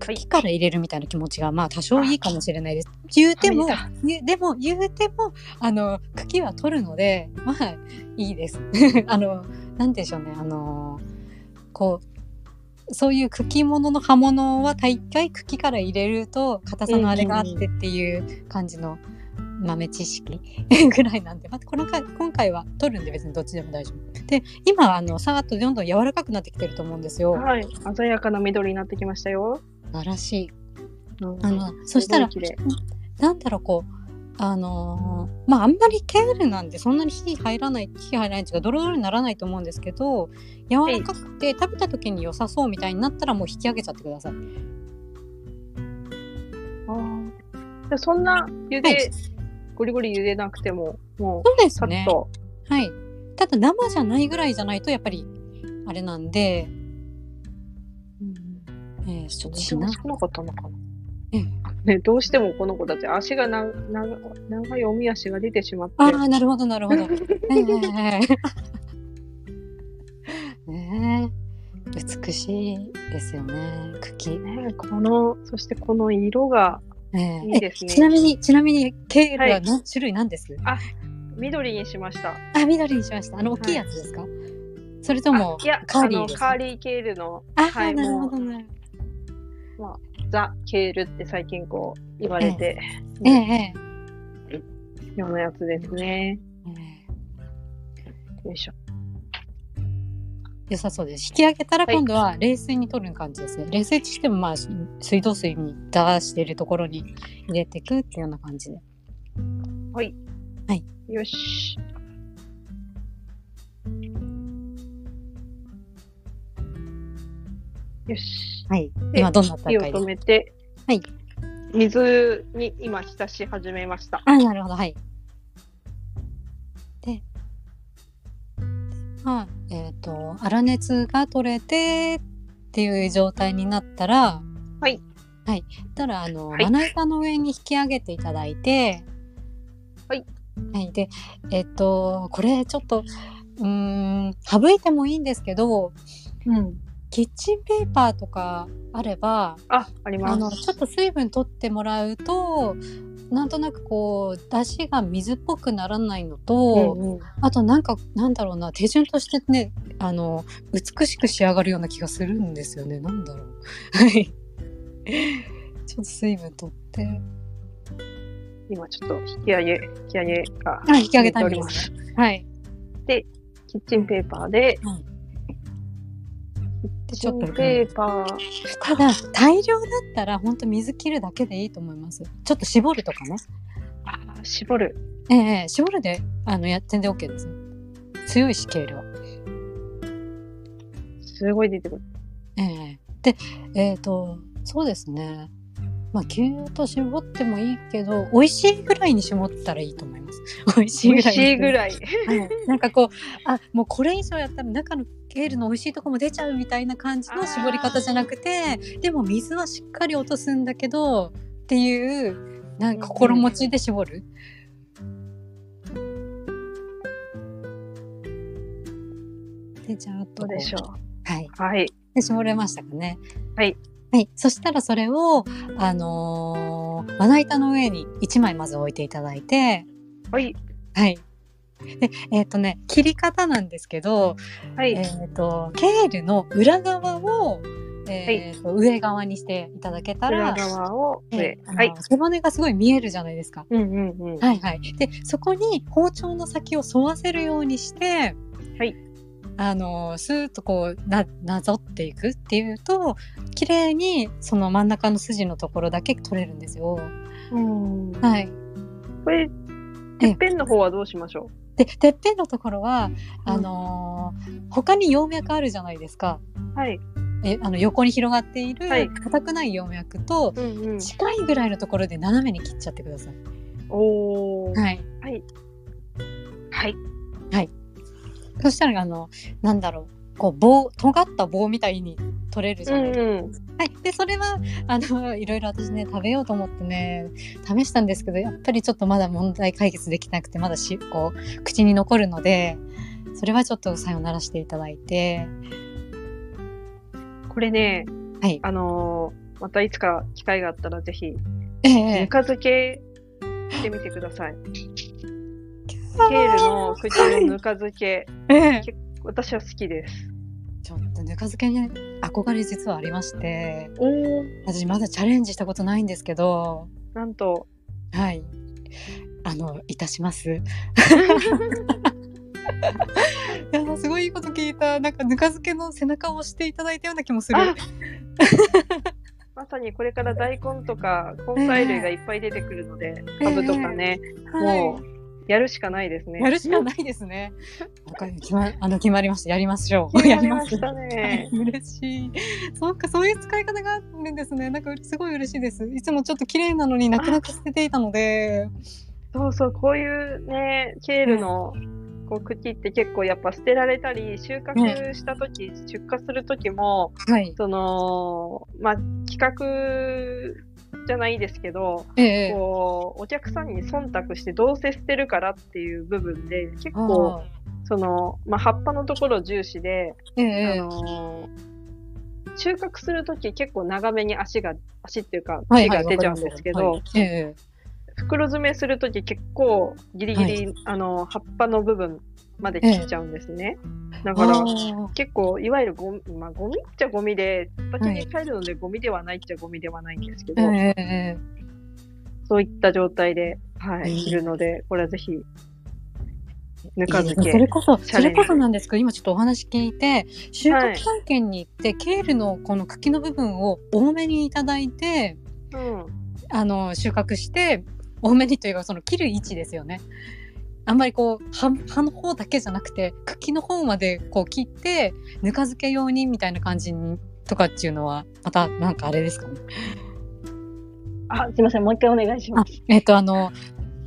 Speaker 1: 茎から入れるみたいな気持ちがまあ多少いいかもしれないです。言うても
Speaker 2: ダメだ
Speaker 1: ゆでも言うてもあの茎は取るのでまあいいです。 あのなんでしょうねあのこうそういう茎物の葉物は大概茎から入れると硬さのあれがあってっていう感じの豆知識 ぐらいなんで、まあ、この回今回は取るんで別にどっちでも大丈夫。で今あのさーっとどんどん柔らかくなってきてると思うんですよ。
Speaker 2: はい。鮮やかな緑になってきましたよ。
Speaker 1: 素晴らしい。
Speaker 2: うん
Speaker 1: あのそしたら
Speaker 2: すごい綺麗
Speaker 1: なんだろうこうあのーまああんまりケールなんでそんなに火入らない火入らないっていうかドロドロにならないと思うんですけど柔らかくて食べた時に良さそうみたいになったらもう引き上げちゃってください。
Speaker 2: あーじゃあそんな茹で、
Speaker 1: はい
Speaker 2: ゴリゴリ茹でなくても、も
Speaker 1: そうで
Speaker 2: う、
Speaker 1: す
Speaker 2: さっ
Speaker 1: ね。
Speaker 2: と。
Speaker 1: はい。ただ生じゃないぐらいじゃないとやっぱりあれなんで、えー、ちょっとし
Speaker 2: 少
Speaker 1: な
Speaker 2: な。かったのかな
Speaker 1: ええ。
Speaker 2: ね、どうしてもこの子たち足がなな長いおみ足が出てしまって
Speaker 1: ああ、なるほど、なるほど。ええねえ、美しいですよね、茎。
Speaker 2: ねこのそしてこの色が
Speaker 1: ええ
Speaker 2: いいですね
Speaker 1: えちなみに、ちなみに、ケール
Speaker 2: は
Speaker 1: はい何種類なんです、
Speaker 2: 緑にしました
Speaker 1: あ、緑にしました。あの、大きいやつですか、それとも
Speaker 2: あいや、
Speaker 1: カーリ
Speaker 2: あ
Speaker 1: ー
Speaker 2: の
Speaker 1: です
Speaker 2: カ
Speaker 1: か
Speaker 2: ーリーケールの
Speaker 1: あ、
Speaker 2: はい
Speaker 1: なる
Speaker 2: も
Speaker 1: ほ
Speaker 2: う
Speaker 1: ど、なるほど。
Speaker 2: ザ・ケールって最近こう言われて
Speaker 1: えええ
Speaker 2: るようなやつですね、
Speaker 1: え
Speaker 2: よいしょ
Speaker 1: 良さそうです。引き上げたら
Speaker 2: はい
Speaker 1: 今度は冷水に取る感じですね。冷水ってしても、まあ、し水道水に出してるところに入れていくっていうような感じで。
Speaker 2: よしよし
Speaker 1: はい。
Speaker 2: で
Speaker 1: 今どんな段
Speaker 2: 火を
Speaker 1: 階です
Speaker 2: 止
Speaker 1: か
Speaker 2: めて、
Speaker 1: はい
Speaker 2: 水に今浸し始めました。
Speaker 1: あ、なるほど、はい。で、でまあ、えっ、と、粗熱が取れてっていう状態になったら、
Speaker 2: はい。
Speaker 1: はい。たら、あの、
Speaker 2: はい
Speaker 1: まな板の上に引き上げていただいて、
Speaker 2: はい。
Speaker 1: はい。で、えっ、と、これちょっと、うーん、省いてもいいんですけど、
Speaker 2: うん、
Speaker 1: キッチンペーパーとかあれば、
Speaker 2: あ、ありま
Speaker 1: あ
Speaker 2: す。
Speaker 1: のちょっと水分取ってもらうとなんとなくこう出汁が水っぽくならないのと、
Speaker 2: うんうん
Speaker 1: あとなんかなんだろうな手順としてねあの美しく仕上がるような気がするんですよねなんだろうはい ちょっと水分取って
Speaker 2: 今ちょっと引き上げ、引き上げが
Speaker 1: あ引き上げたいん
Speaker 2: 出て
Speaker 1: で
Speaker 2: おりますす。
Speaker 1: ねはい
Speaker 2: キッチンペーパーで、
Speaker 1: はい
Speaker 2: キ
Speaker 1: で
Speaker 2: ッ
Speaker 1: ち
Speaker 2: チ
Speaker 1: ょっと
Speaker 2: ンペーパー、
Speaker 1: ただ大量だったら本当水切るだけでいいと思いますちょっと絞るとかね
Speaker 2: あ絞る。
Speaker 1: ええええ絞るであのや全然 OK です強いしケールは
Speaker 2: すごい出てくる。
Speaker 1: ええで、えっ、と、そうですね。まあ、ぎゅーっと絞ってもいいけど、美味しいぐらいに絞ったらいいと思います。美味しいぐ
Speaker 2: 美味
Speaker 1: らい
Speaker 2: しいぐ
Speaker 1: い、
Speaker 2: らい。
Speaker 1: はい、なんかこうあもうこれ以上やったら中のケールの美味しいとこも出ちゃうみたいな感じの絞り方じゃなくてでも水はしっかり落とすんだけどっていうなんか心持ちで絞る、でじゃああと
Speaker 2: どうでしょ
Speaker 1: はい、
Speaker 2: う。はい。
Speaker 1: で絞れましたかね
Speaker 2: はい、
Speaker 1: はい、そしたらそれをあのーまな板の上に1枚まず置いていただいて
Speaker 2: はい。
Speaker 1: はい。で、えっ、とね、切り方なんですけど、
Speaker 2: はい。
Speaker 1: えっ、と、ケールの裏側を、えーと上側にしていただけた
Speaker 2: 裏
Speaker 1: ら、
Speaker 2: 側を上
Speaker 1: え。ーあの
Speaker 2: はい。
Speaker 1: 背骨がすごい見えるじゃないですか。
Speaker 2: うんうんうん。
Speaker 1: はいはい。で、そこに包丁の先を沿わせるようにして、
Speaker 2: はい。
Speaker 1: あの、スーッとこう、な、なぞっていくっていうと、綺麗にその真ん中の筋のところだけ取れるんですよ。
Speaker 2: うん
Speaker 1: はい。
Speaker 2: これ、
Speaker 1: え
Speaker 2: てっぺんの方はどうしましょ
Speaker 1: で、てっぺんのところは、
Speaker 2: うん
Speaker 1: あのー他に葉脈あるじゃないですか。
Speaker 2: うはい。
Speaker 1: え、あの横に広がっている
Speaker 2: はい
Speaker 1: 硬くない葉脈と、
Speaker 2: うんうん。
Speaker 1: 近いぐらいのところで斜めに切っちゃってください。
Speaker 2: おー。
Speaker 1: はい。
Speaker 2: はい。
Speaker 1: そしたら、あの、なんだろう、こう棒、尖った棒みたいに取れるじ
Speaker 2: う
Speaker 1: ゃ
Speaker 2: ん
Speaker 1: ないですか。
Speaker 2: うん。
Speaker 1: はい。で、それは、あの、いろいろ私ね、食べようと思ってね、試したんですけど、やっぱりちょっとまだ問題解決できなくて、まだし、こう、口に残るので、それはちょっとさよならしていただいて、
Speaker 2: これね、
Speaker 1: はい。
Speaker 2: あのーまたいつか機会があったらぜひ、
Speaker 1: え
Speaker 2: ぬ
Speaker 1: え
Speaker 2: か漬けしてみてください。 ケールの口のぬか漬け、
Speaker 1: ええ
Speaker 2: 私は好きです。
Speaker 1: ちょっとぬか漬けに憧れ実はありまして
Speaker 2: おお。
Speaker 1: 私まだチャレンジしたことないんですけど
Speaker 2: な んと、
Speaker 1: はいあのいたしますいやすごいいいこと聞いたなんかぬか漬けの背中を押していただいたような気もする
Speaker 2: あまさにこれから大根とか根菜類がいっぱい出てくるので、
Speaker 1: え
Speaker 2: 株とかね、もうやるしかないですね。
Speaker 1: やるしかないですねわかり決ま あの決まりましたやりましょう
Speaker 2: やりましたね。
Speaker 1: 嬉しい。そうか、そういう使い方があるんですね。なんかうれすごい嬉しいです。いつもちょっと綺麗なのになくなく捨てていたので。
Speaker 2: そうそう、こういうね、ケールのこう茎って結構やっぱ捨てられたり、収穫した時、出荷する時も、
Speaker 1: はい。
Speaker 2: その、まあ、企画じゃないですけど、
Speaker 1: ええ
Speaker 2: こう、お客さんに忖度してどうせ捨てるからっていう部分で、結
Speaker 1: ああ
Speaker 2: 構、その、まあ、葉っぱのところ重視で、
Speaker 1: え
Speaker 2: あ
Speaker 1: え
Speaker 2: のー収穫するとき結構長めに足が、足っていうか、
Speaker 1: は
Speaker 2: 手
Speaker 1: いは
Speaker 2: が
Speaker 1: い
Speaker 2: 出ちゃうんですけ
Speaker 1: わ
Speaker 2: ど
Speaker 1: か、りますはいえ
Speaker 2: 袋詰めするとき結構ギリギリ、あのー葉っぱの部分まで切っちゃうんですね。だ
Speaker 1: え
Speaker 2: から、
Speaker 1: ああ
Speaker 2: 結構、いわゆるゴミ、まあ、ゴミっちゃゴミで、畑に帰るのでゴミではないっちゃゴミではないんですけど、
Speaker 1: えええ
Speaker 2: そういった状態で、はい、
Speaker 1: うん
Speaker 2: いるので、これはぜひ、ぬ
Speaker 1: え
Speaker 2: か漬
Speaker 1: いいですねそ
Speaker 2: け
Speaker 1: れ。こそ、
Speaker 2: チ
Speaker 1: そ
Speaker 2: ャ
Speaker 1: れ
Speaker 2: レンジ
Speaker 1: こそなんですけど、今ちょっとお話聞いて、収穫体験に行って、ケールのこの茎の部分を多めにいただいて、
Speaker 2: うん。
Speaker 1: あの、収穫して、多めにというか、その切る位置ですよね。あんまりこう、葉葉の方だけじゃなくて、茎の方までこう切って、ぬか漬け用にみたいな感じに、とかっていうのは、またなんかあれですかね。
Speaker 2: あ、すいません、もう一回お願いし
Speaker 1: あ
Speaker 2: ます。、
Speaker 1: えっ、と、あの、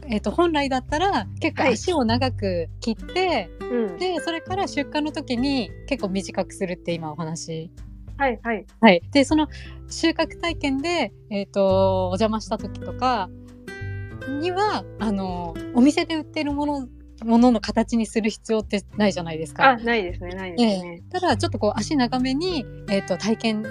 Speaker 1: えっ、と、本来だったら、結構
Speaker 2: はい
Speaker 1: 足を長く切って、
Speaker 2: うん。
Speaker 1: で、それから出荷の時に結構短くするって今お話。
Speaker 2: はい、はい。
Speaker 1: はい。で、その収穫体験で、えっ、と、お邪魔した時とかには、あの、お店で売ってるもの、ものの形にする必要ってないじゃないですか。
Speaker 2: あ、ないですね、ないですね。
Speaker 1: ただちょっとこう足長めに、えっと体験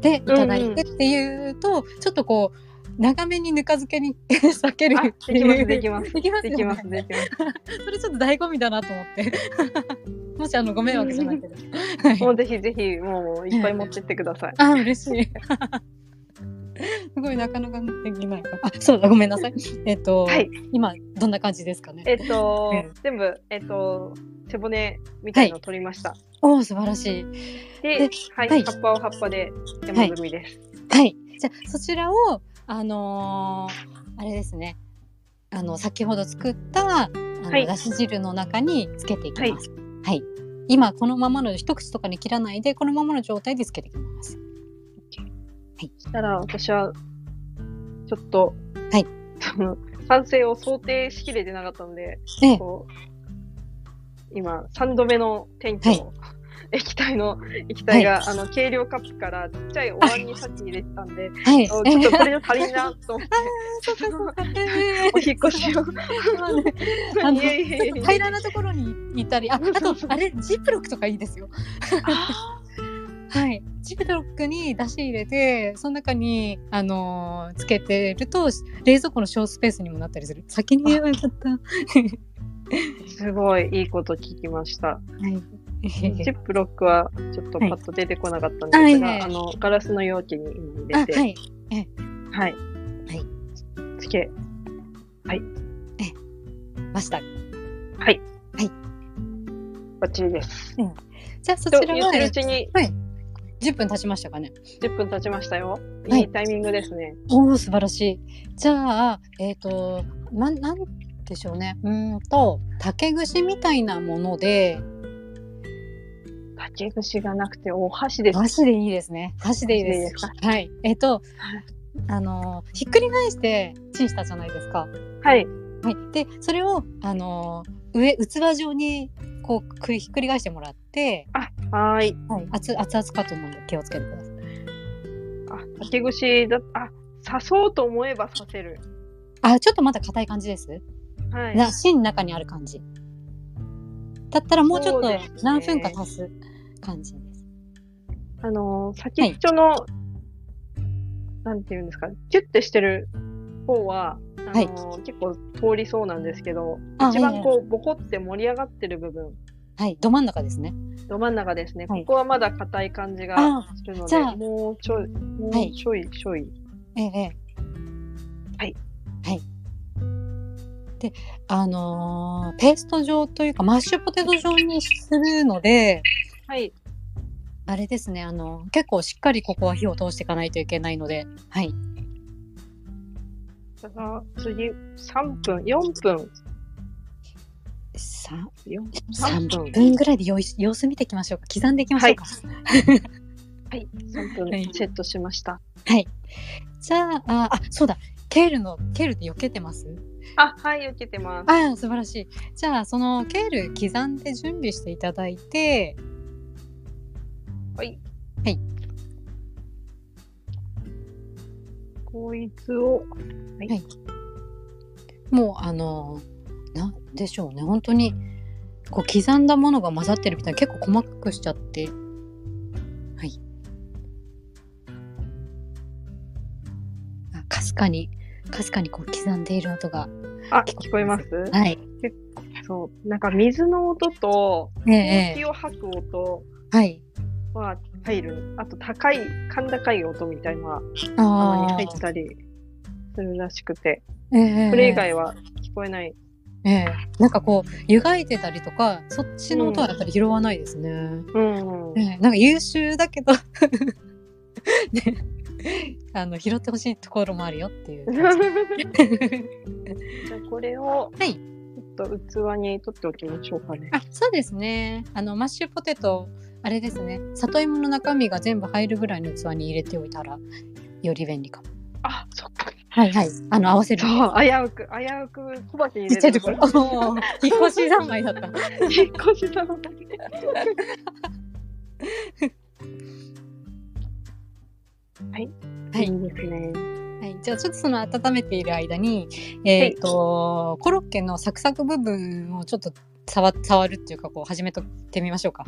Speaker 1: でいただいてっていうと、ちょっとこう長めにぬか漬けに 避ける
Speaker 2: あ、で
Speaker 1: ってい
Speaker 2: き
Speaker 1: う
Speaker 2: ます、できます。
Speaker 1: できます
Speaker 2: で
Speaker 1: よ
Speaker 2: き
Speaker 1: ね
Speaker 2: ます、できます。
Speaker 1: それちょっと醍醐味だなと思って もしあのご迷惑じゃないけど
Speaker 2: も
Speaker 1: はいう
Speaker 2: ぜひぜひ、もういっぱい持ってってください。
Speaker 1: あ嬉 しいすごいなかなかできないからあそうだごめんなさいえっ、と、
Speaker 2: はい、
Speaker 1: 今どんな感じですかね
Speaker 2: えっと
Speaker 1: うん、
Speaker 2: 全部、えっと、背骨みたいのを取りました。
Speaker 1: おお素晴らしい
Speaker 2: で
Speaker 1: で、
Speaker 2: はい、
Speaker 1: はい
Speaker 2: 葉っぱを葉っぱで山積みです。
Speaker 1: はい。じゃあそちらをあのーあれですね。あの先ほど作ったあの、
Speaker 2: はい
Speaker 1: だし汁の中につけていきます。はい。今このままの一口とかに切らないでこのままの状態でつけていきます。
Speaker 2: そしたら、私は、ちょっと、
Speaker 1: はい
Speaker 2: その、賛成を想定しきれてなかったんで、
Speaker 1: ええ、
Speaker 2: こう今、3度目の天気の、 液体の、液体が、あの、軽量カップからちっちゃいお椀にさっき入れてたんで、
Speaker 1: はい。え
Speaker 2: あちょっとこれじゃ足りんなと思って、
Speaker 1: そうそう そう。
Speaker 2: お引っ越しを。
Speaker 1: そう ねあの
Speaker 2: いえいえい
Speaker 1: ち
Speaker 2: え
Speaker 1: ょっと平らなところに行ったり、あ、あ
Speaker 2: そ
Speaker 1: と
Speaker 2: うそう
Speaker 1: あれジップロックとかいいですよ。
Speaker 2: あ
Speaker 1: はい、ジップロックに出し入れてその中に、あのーつけてると冷蔵庫の小スペースにもなったりする先に言えばよかった、は
Speaker 2: ーすごいいいこと聞きました。
Speaker 1: い、
Speaker 2: チップロックはちょっとパッと出てこなかったん
Speaker 1: は
Speaker 2: です
Speaker 1: い
Speaker 2: が、
Speaker 1: はい
Speaker 2: あのガラスの容器に今
Speaker 1: あ
Speaker 2: 入れて、
Speaker 1: はい
Speaker 2: はい、
Speaker 1: はい
Speaker 2: つけ、
Speaker 1: ました
Speaker 2: はい、
Speaker 1: はい、
Speaker 2: バッチリです。
Speaker 1: じゃあそ
Speaker 2: と
Speaker 1: ちら
Speaker 2: 言っ
Speaker 1: は
Speaker 2: てるうちに
Speaker 1: 10分経ちましたかね
Speaker 2: 10分経ちましたよ。
Speaker 1: はい
Speaker 2: いいタイミングですね。
Speaker 1: おお素晴らしいじゃあえっ、となんなんでしょうねうーんと竹串みたいなもので
Speaker 2: 竹串がなくてお箸です。
Speaker 1: 箸でいいですね箸でいいです
Speaker 2: 箸
Speaker 1: はいえっ、とあのーひっくり返してチンしたじゃないですか
Speaker 2: はい、
Speaker 1: はい、でそれを、あのー上器状にこうくひっくり返してもらって、
Speaker 2: あ、はーい。
Speaker 1: 熱熱々かと思うんで気をつけてください。
Speaker 2: あ、竹串だ、あ、刺そうと思えば刺せる。
Speaker 1: あちょっとまだ硬い感じです、
Speaker 2: はい。
Speaker 1: な芯の中にある感じだったらもうちょっ
Speaker 2: そ
Speaker 1: と
Speaker 2: うですね
Speaker 1: 何分か足す感じです。
Speaker 2: あのー先っちょの、なんていうんですか、キュッてしてる方は、あのー結構通りそうなんですけど、
Speaker 1: あ
Speaker 2: 一番
Speaker 1: う、
Speaker 2: こう、ボコって盛り上がってる部分、
Speaker 1: はい、ど真ん中ですね。
Speaker 2: ど真ん中ですね。
Speaker 1: はい
Speaker 2: ここはまだ硬い感じが
Speaker 1: あ
Speaker 2: するの
Speaker 1: じ
Speaker 2: で、
Speaker 1: ゃあ
Speaker 2: もうちょい、も
Speaker 1: はいう
Speaker 2: ちょい、ちょい。
Speaker 1: ええええ
Speaker 2: はい
Speaker 1: はい。で、あのーペースト状というかマッシュポテト状にするので、
Speaker 2: はい。
Speaker 1: あれですね、あの、結構しっかりここは火を通していかないといけないので、はい。
Speaker 2: だから次、3分、4分、
Speaker 1: さ
Speaker 2: 4 3
Speaker 1: 3
Speaker 2: 分。
Speaker 1: 分ぐらいで様子様子見ていきましょうか。刻んでいきましょうか。
Speaker 2: はい、3分
Speaker 1: はい
Speaker 2: セットしました。
Speaker 1: じゃあ、あ、あそうだ。ケールの、ケールって避けてます
Speaker 2: あ、はい、受けてます。
Speaker 1: ああ、素晴らしい。じゃあ、そのケール刻んで準備していただいて、
Speaker 2: はい。
Speaker 1: はい。
Speaker 2: こいつを、はい。
Speaker 1: はいもう、あの、なんでしょうね。本当に、こう、刻んだものが混ざってるみたいな、結構細かくしちゃって。はい。あかすかに、かすかにこう刻んでいる音が。
Speaker 2: あ、聞こえます
Speaker 1: はい。
Speaker 2: そう。なんか水の音と、
Speaker 1: ええ
Speaker 2: 空
Speaker 1: え
Speaker 2: 気を吐く音
Speaker 1: えはい。
Speaker 2: は入る。あと、高い、甲高い音みたいな、たまに
Speaker 1: ああ
Speaker 2: 入ったりするらしくて、
Speaker 1: ええ
Speaker 2: それ以外は聞こえない。
Speaker 1: ええなんかこう湯がいてたりとかそっちの音はやっぱり拾わないですね、
Speaker 2: うん。
Speaker 1: ええなんか優秀だけど ねあの拾ってほしいところもあるよっていう感
Speaker 2: じ
Speaker 1: じ
Speaker 2: ゃあこれを、
Speaker 1: はい
Speaker 2: ちょっと器に取っておきましょうかね。
Speaker 1: あそうですねあのマッシュポテトあれですね里芋の中身が全部入るぐらいの器に入れておいたらより便利かも
Speaker 2: あ、そっか。
Speaker 1: はいはいあの合わせる
Speaker 2: そう、危うく、危うく小鉢に入
Speaker 1: ちっちゃ
Speaker 2: れ
Speaker 1: い
Speaker 2: て
Speaker 1: ところおー引っ越し三昧だった
Speaker 2: 引っ越しなのだけはい。
Speaker 1: はい
Speaker 2: いですね。
Speaker 1: はい、じゃあちょっとその温めている間に、えーとコロッケのサクサク部分をちょっと触触るっていうかこう始めとってみましょうか。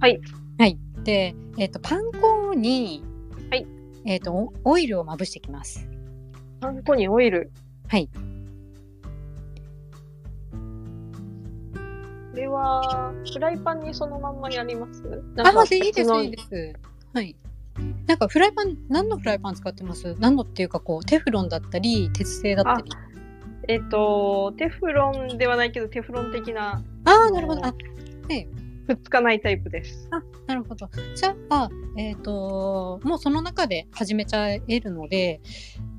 Speaker 2: はい、
Speaker 1: はい、で、えー、とパン粉に、
Speaker 2: はい
Speaker 1: えー、とオオイルをまぶしていきます。
Speaker 2: パン粉にオイル。
Speaker 1: はい。
Speaker 2: これは、フライパンにそのまんまやります
Speaker 1: あまあでいいです
Speaker 2: ね
Speaker 1: いいです。はいなんかフライパン何のフライパン使ってます何のっていうかこうテフロンだったり鉄製だったり
Speaker 2: えっ、と、テフロンではないけど、テフロン的な、
Speaker 1: ああーなるほどあ
Speaker 2: くっつかないタイプです。
Speaker 1: あなるほど。じゃあ、えっ、と、もうその中で始めちゃえるので、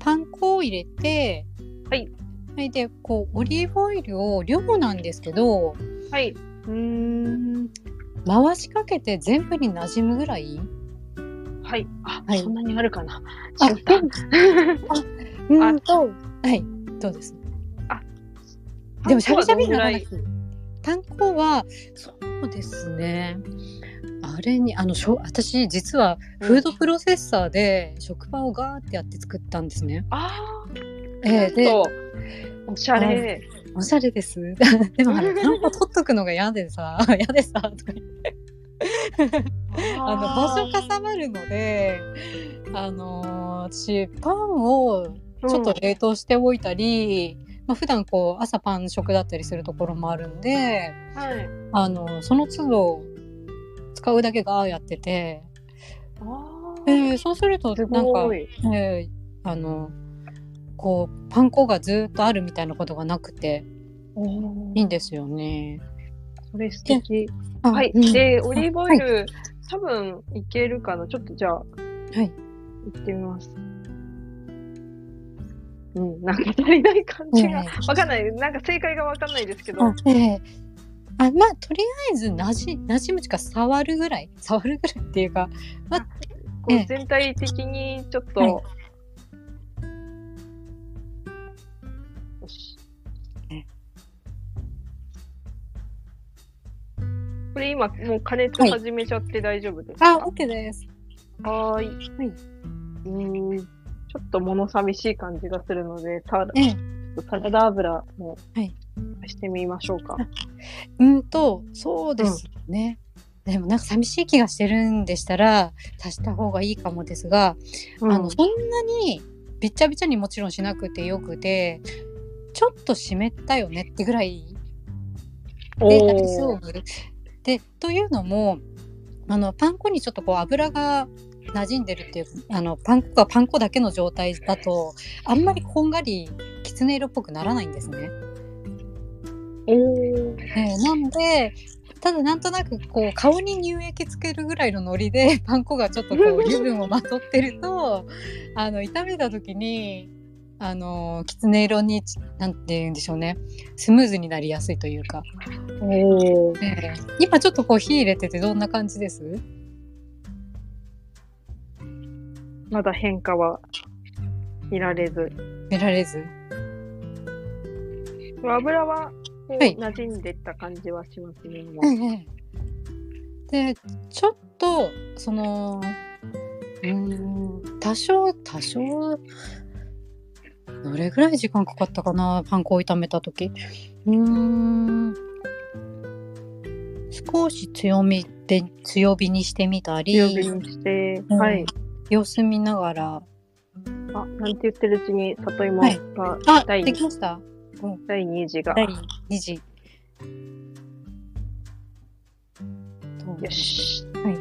Speaker 1: パン粉を入れて、
Speaker 2: はい。
Speaker 1: はい、で、こう、オリーブオイルを量なんですけど、
Speaker 2: はい。
Speaker 1: うーん、回しかけて全部に馴染むぐらい
Speaker 2: はい。あ、
Speaker 1: はい
Speaker 2: そんなにあるかな。
Speaker 1: あ
Speaker 2: 違った。
Speaker 1: う
Speaker 2: ー
Speaker 1: んと、はい、どうですでもしゃびしゃびにならな
Speaker 2: 炭
Speaker 1: くて炭鉱はそうですねあれにあのしょ私実は
Speaker 2: うん
Speaker 1: フードプロセッサーで食パンをガーってやって作ったんですね。
Speaker 2: ああ、
Speaker 1: ええで
Speaker 2: そう。おしゃれ。
Speaker 1: おしゃれです。 でもあれパン粉取っとくのが嫌でさ 嫌で さとか言ってあの場所かさばるのであのー私パンを
Speaker 2: うん
Speaker 1: ちょっと冷凍しておいたり、まあ普段こう朝パン食だったりするところもあるんで
Speaker 2: はい。
Speaker 1: あのその都度使うだけガーやってて、
Speaker 2: あ
Speaker 1: え
Speaker 2: ー
Speaker 1: ーそうすると
Speaker 2: す
Speaker 1: なんか
Speaker 2: ご、い。
Speaker 1: えーあのこうパン粉がずっとあるみたいなことがなくて
Speaker 2: お
Speaker 1: いい
Speaker 2: ー
Speaker 1: んですよね。
Speaker 2: それ素敵。
Speaker 1: あ
Speaker 2: はい。
Speaker 1: うん
Speaker 2: で、オリーブオイル、多分いけるかな。ちょっとじゃあ、
Speaker 1: はい
Speaker 2: 行ってみます。うん、なんか足りない感じが。
Speaker 1: ええ
Speaker 2: わかんない。なんか正解がわかんないですけど。
Speaker 1: あえーあまあとりあえずなじなじむしか触るぐらい触るぐらいっていうか
Speaker 2: こ
Speaker 1: ええ
Speaker 2: う全体的にちょっと、
Speaker 1: はい
Speaker 2: よし
Speaker 1: え
Speaker 2: これ今もう加熱始めちゃって大丈夫です
Speaker 1: あ
Speaker 2: か、
Speaker 1: OK です。
Speaker 2: はーい。うーんちょっと物寂しい感じがするので、た
Speaker 1: えー
Speaker 2: サラダ油も
Speaker 1: はい
Speaker 2: 足してみましょうか。
Speaker 1: うんとそうですね、でもなんか寂しい気がしてるんでしたら足した方がいいかもですが、
Speaker 2: うん
Speaker 1: あのそんなにびっちゃびちゃにもちろんしなくてよくてちょっと湿ったよねってぐらいで
Speaker 2: おー
Speaker 1: 大丈夫でというのもあのパン粉にちょっとこう油が馴染んでるっていうあのパン粉がパン粉だけの状態だとあんまりこんがりきつね色っぽくならないんですね。
Speaker 2: おー
Speaker 1: えーなんでただなんとなくこう顔に乳液つけるぐらいのノリでパン粉がちょっとこう油分をまとってるとあの炒めた時にあのきつね色になんて言うんでしょうねスムーズになりやすいというか、
Speaker 2: おー
Speaker 1: えー今ちょっとこう火入れててどんな感じです
Speaker 2: まだ変化は見られず。
Speaker 1: 見られず
Speaker 2: 油は、こう
Speaker 1: はい
Speaker 2: 馴染んでった感じはしますね。もう
Speaker 1: でちょっとそのうーん多少多少どれぐらい時間かかったかなパン粉を炒めた時うーん少し強みで強火にしてみたり
Speaker 2: 強火にして、
Speaker 1: うん
Speaker 2: はい。
Speaker 1: 様子見ながら
Speaker 2: あ、なんて言ってるうちに、里芋
Speaker 1: はい
Speaker 2: が
Speaker 1: あ
Speaker 2: 第
Speaker 1: できました
Speaker 2: 第2次が。
Speaker 1: 第2次
Speaker 2: よし。。
Speaker 1: はい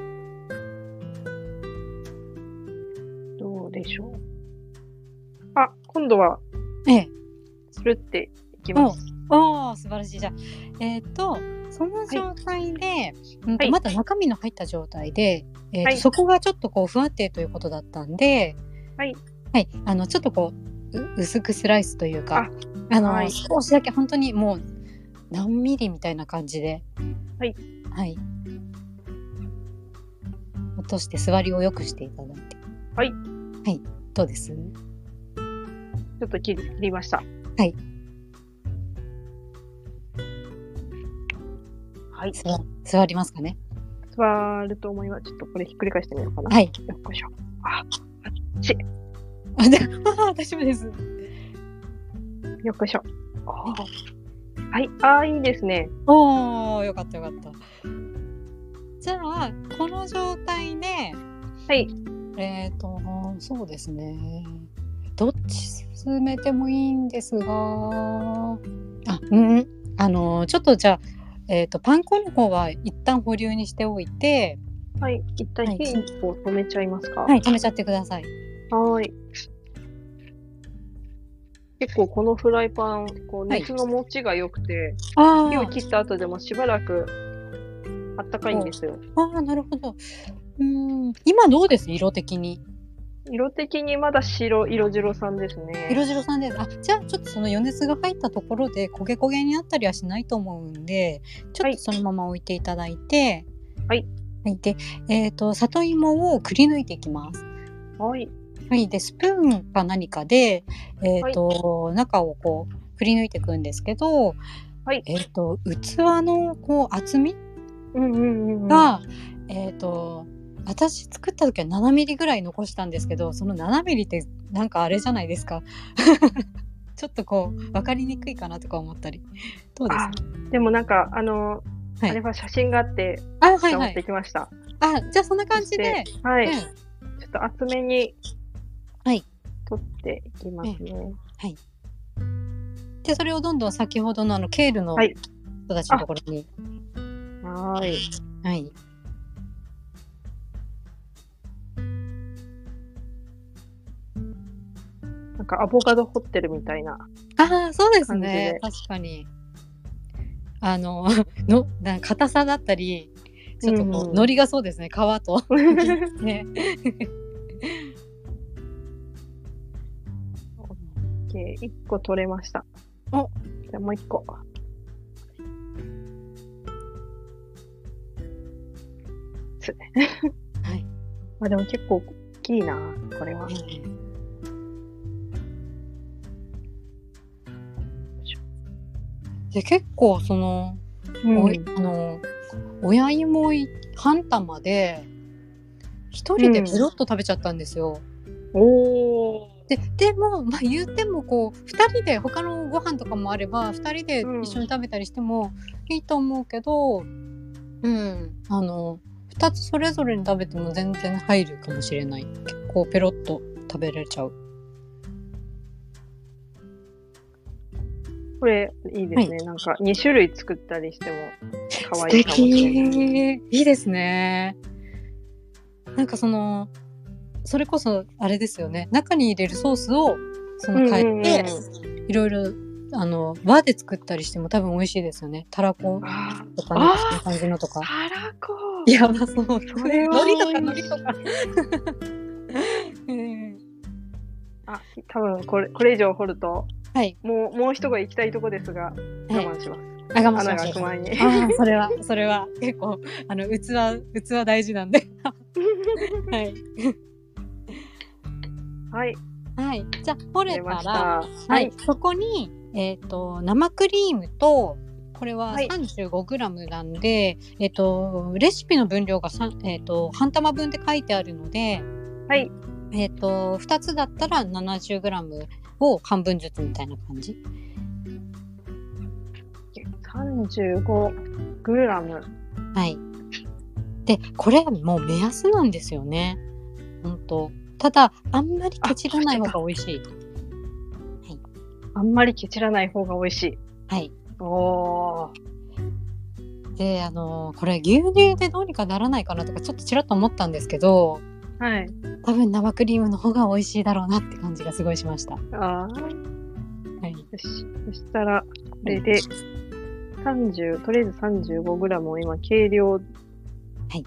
Speaker 2: どうでしょう。あ、今度は、
Speaker 1: ええ
Speaker 2: するっていきます。
Speaker 1: おお素晴らしいじゃあえっ、とその状態で、うんと
Speaker 2: はい
Speaker 1: まだ中身の入った状態で、えーと
Speaker 2: はい
Speaker 1: そこがちょっとこう不安定ということだったんで
Speaker 2: はい、
Speaker 1: はい、あのちょっとこうう薄くスライスというかあの、
Speaker 2: はい
Speaker 1: 少しだけ本当にもう何ミリみたいな感じで
Speaker 2: はい、
Speaker 1: はい、落として座りを良くしていただいて
Speaker 2: はい、
Speaker 1: はい、どうです
Speaker 2: ちょっと切り切りました。
Speaker 1: はい。
Speaker 2: はい。
Speaker 1: 座座りますかね
Speaker 2: 座ると思います。ちょっとこれひっくり返してみようかな。。
Speaker 1: はいい
Speaker 2: よっこいしょ。
Speaker 1: あで あ大丈夫です
Speaker 2: よっこいしょ。あーはい。ああ、いいですね。
Speaker 1: おーよかったよかったじゃあこの状態で
Speaker 2: はい。
Speaker 1: えっ、とそうですねどっち進めてもいいんですがあうんあのちょっとじゃあえっ、とパン粉の方は一旦保留にしておいて
Speaker 2: はい。一旦火一個止めちゃいますか。
Speaker 1: はい止めちゃってください
Speaker 2: はーい。結構このフライパン、こう
Speaker 1: はい
Speaker 2: 熱の持ちが良くて、
Speaker 1: あ
Speaker 2: 火を切った後でもしばらくあったかいんですよ。
Speaker 1: あーなるほどうん今どうです色的に
Speaker 2: 色的にまだ白、色白さんですね。
Speaker 1: 色白さんです。あ、じゃあちょっとその余熱が入ったところで焦げ焦げになったりはしないと思うんで、ちょ
Speaker 2: は
Speaker 1: っ
Speaker 2: い
Speaker 1: とそのまま置いていただいて、
Speaker 2: はい。
Speaker 1: はい、で、えっ、と里芋をくり抜いていきます。
Speaker 2: はい。
Speaker 1: はい。でスプーンか何かで、えっ、と、中をこうくり抜いていくんですけど、
Speaker 2: はい
Speaker 1: えっと器のこう厚み
Speaker 2: うんうんうんうん。
Speaker 1: が、えっと私作った時は7ミリぐらい残したんですけどその7ミリってなんかあれじゃないですか ちょっとこう分かりにくいかなとか思ったりどうですか
Speaker 2: あでもなんか、あの、
Speaker 1: はい
Speaker 2: あれは写真があって、
Speaker 1: あはい
Speaker 2: 持
Speaker 1: は
Speaker 2: って
Speaker 1: い
Speaker 2: きました。
Speaker 1: あじゃあそんな感じで
Speaker 2: で、はい。
Speaker 1: うん
Speaker 2: ちょっと厚めに、
Speaker 1: はい。
Speaker 2: 取っていきますね。
Speaker 1: でそれをどんどん先ほどのあのケールの
Speaker 2: はい
Speaker 1: 人たちのところに、
Speaker 2: はーい。
Speaker 1: はい、
Speaker 2: なんかアボカド掘ってるみたいな。
Speaker 1: ああそうですね
Speaker 2: ね
Speaker 1: 確かにあの のなんか硬さだったりちょっとこう、
Speaker 2: うん
Speaker 1: ノリがそうですね皮 とね
Speaker 2: OK、一個取れました。
Speaker 1: お
Speaker 2: じゃあもう一個。つ
Speaker 1: はい
Speaker 2: まあでも結構大きいな、これは。
Speaker 1: で結構その、
Speaker 2: うん
Speaker 1: おいあの親芋い半玉で一人でペロッと食べちゃったんですよ。
Speaker 2: おー
Speaker 1: ででも、まあ、言ってもこう2人で他のご飯とかもあれば2人で
Speaker 2: うん
Speaker 1: 一緒に食べたりしてもいいと思うけど、うんあの2つそれぞれに食べても全然入るかもしれない結構ペロッと食べれちゃう
Speaker 2: これいいですね、なんか2種類作ったりしても可愛いかもしれない。
Speaker 1: いいですねなんかそのそれこそあれですよね中に入れるソースをその変えて、いろいろあの和で作ったりしても多分美味しいですよねたらこ
Speaker 2: あ
Speaker 1: とかなんかそん
Speaker 2: あ
Speaker 1: な感じのとか
Speaker 2: ー、たらこ
Speaker 1: いやばそう。
Speaker 2: それは
Speaker 1: 海苔とか海苔とか。 うん
Speaker 2: あ、多分これこれ以上掘ると、
Speaker 1: はい
Speaker 2: もうもう一声行きたいとこですが、我
Speaker 1: はい。
Speaker 2: 慢します。
Speaker 1: あがましま
Speaker 2: 穴が開
Speaker 1: し
Speaker 2: く
Speaker 1: ょう
Speaker 2: 前に。
Speaker 1: あーそれはそれは結構あの器器大事なん で。はい
Speaker 2: はい、
Speaker 1: はい。じゃあ掘れ
Speaker 2: 出
Speaker 1: た
Speaker 2: ま
Speaker 1: ら
Speaker 2: した。は
Speaker 1: はいそこにえっ、と生クリームとこれは
Speaker 2: はい
Speaker 1: 3 5ムなんで、えっ、とレシピの分量がさんえっ、と半玉分って書いてあるので、
Speaker 2: はい、
Speaker 1: えっ、と2つだったら7 0ムを半分ずつみたいな感じ。
Speaker 2: 35グラム。
Speaker 1: はい。で、これもう目安なんですよね。本当。ただ、あんまりケチらない方が美味しい。
Speaker 2: あんまりケチらない方が美味しい。
Speaker 1: はい。
Speaker 2: おー
Speaker 1: で、あのーこれ牛乳でどうにかならないかなとか、ちょっとちらっと思ったんですけど、
Speaker 2: はい。
Speaker 1: 多分生クリームの方が美味しいだろうなって感じがすごいしました。は
Speaker 2: あー
Speaker 1: い。。
Speaker 2: よし。そしたら、これで、30、とりあえず35グラムを今、計量、はい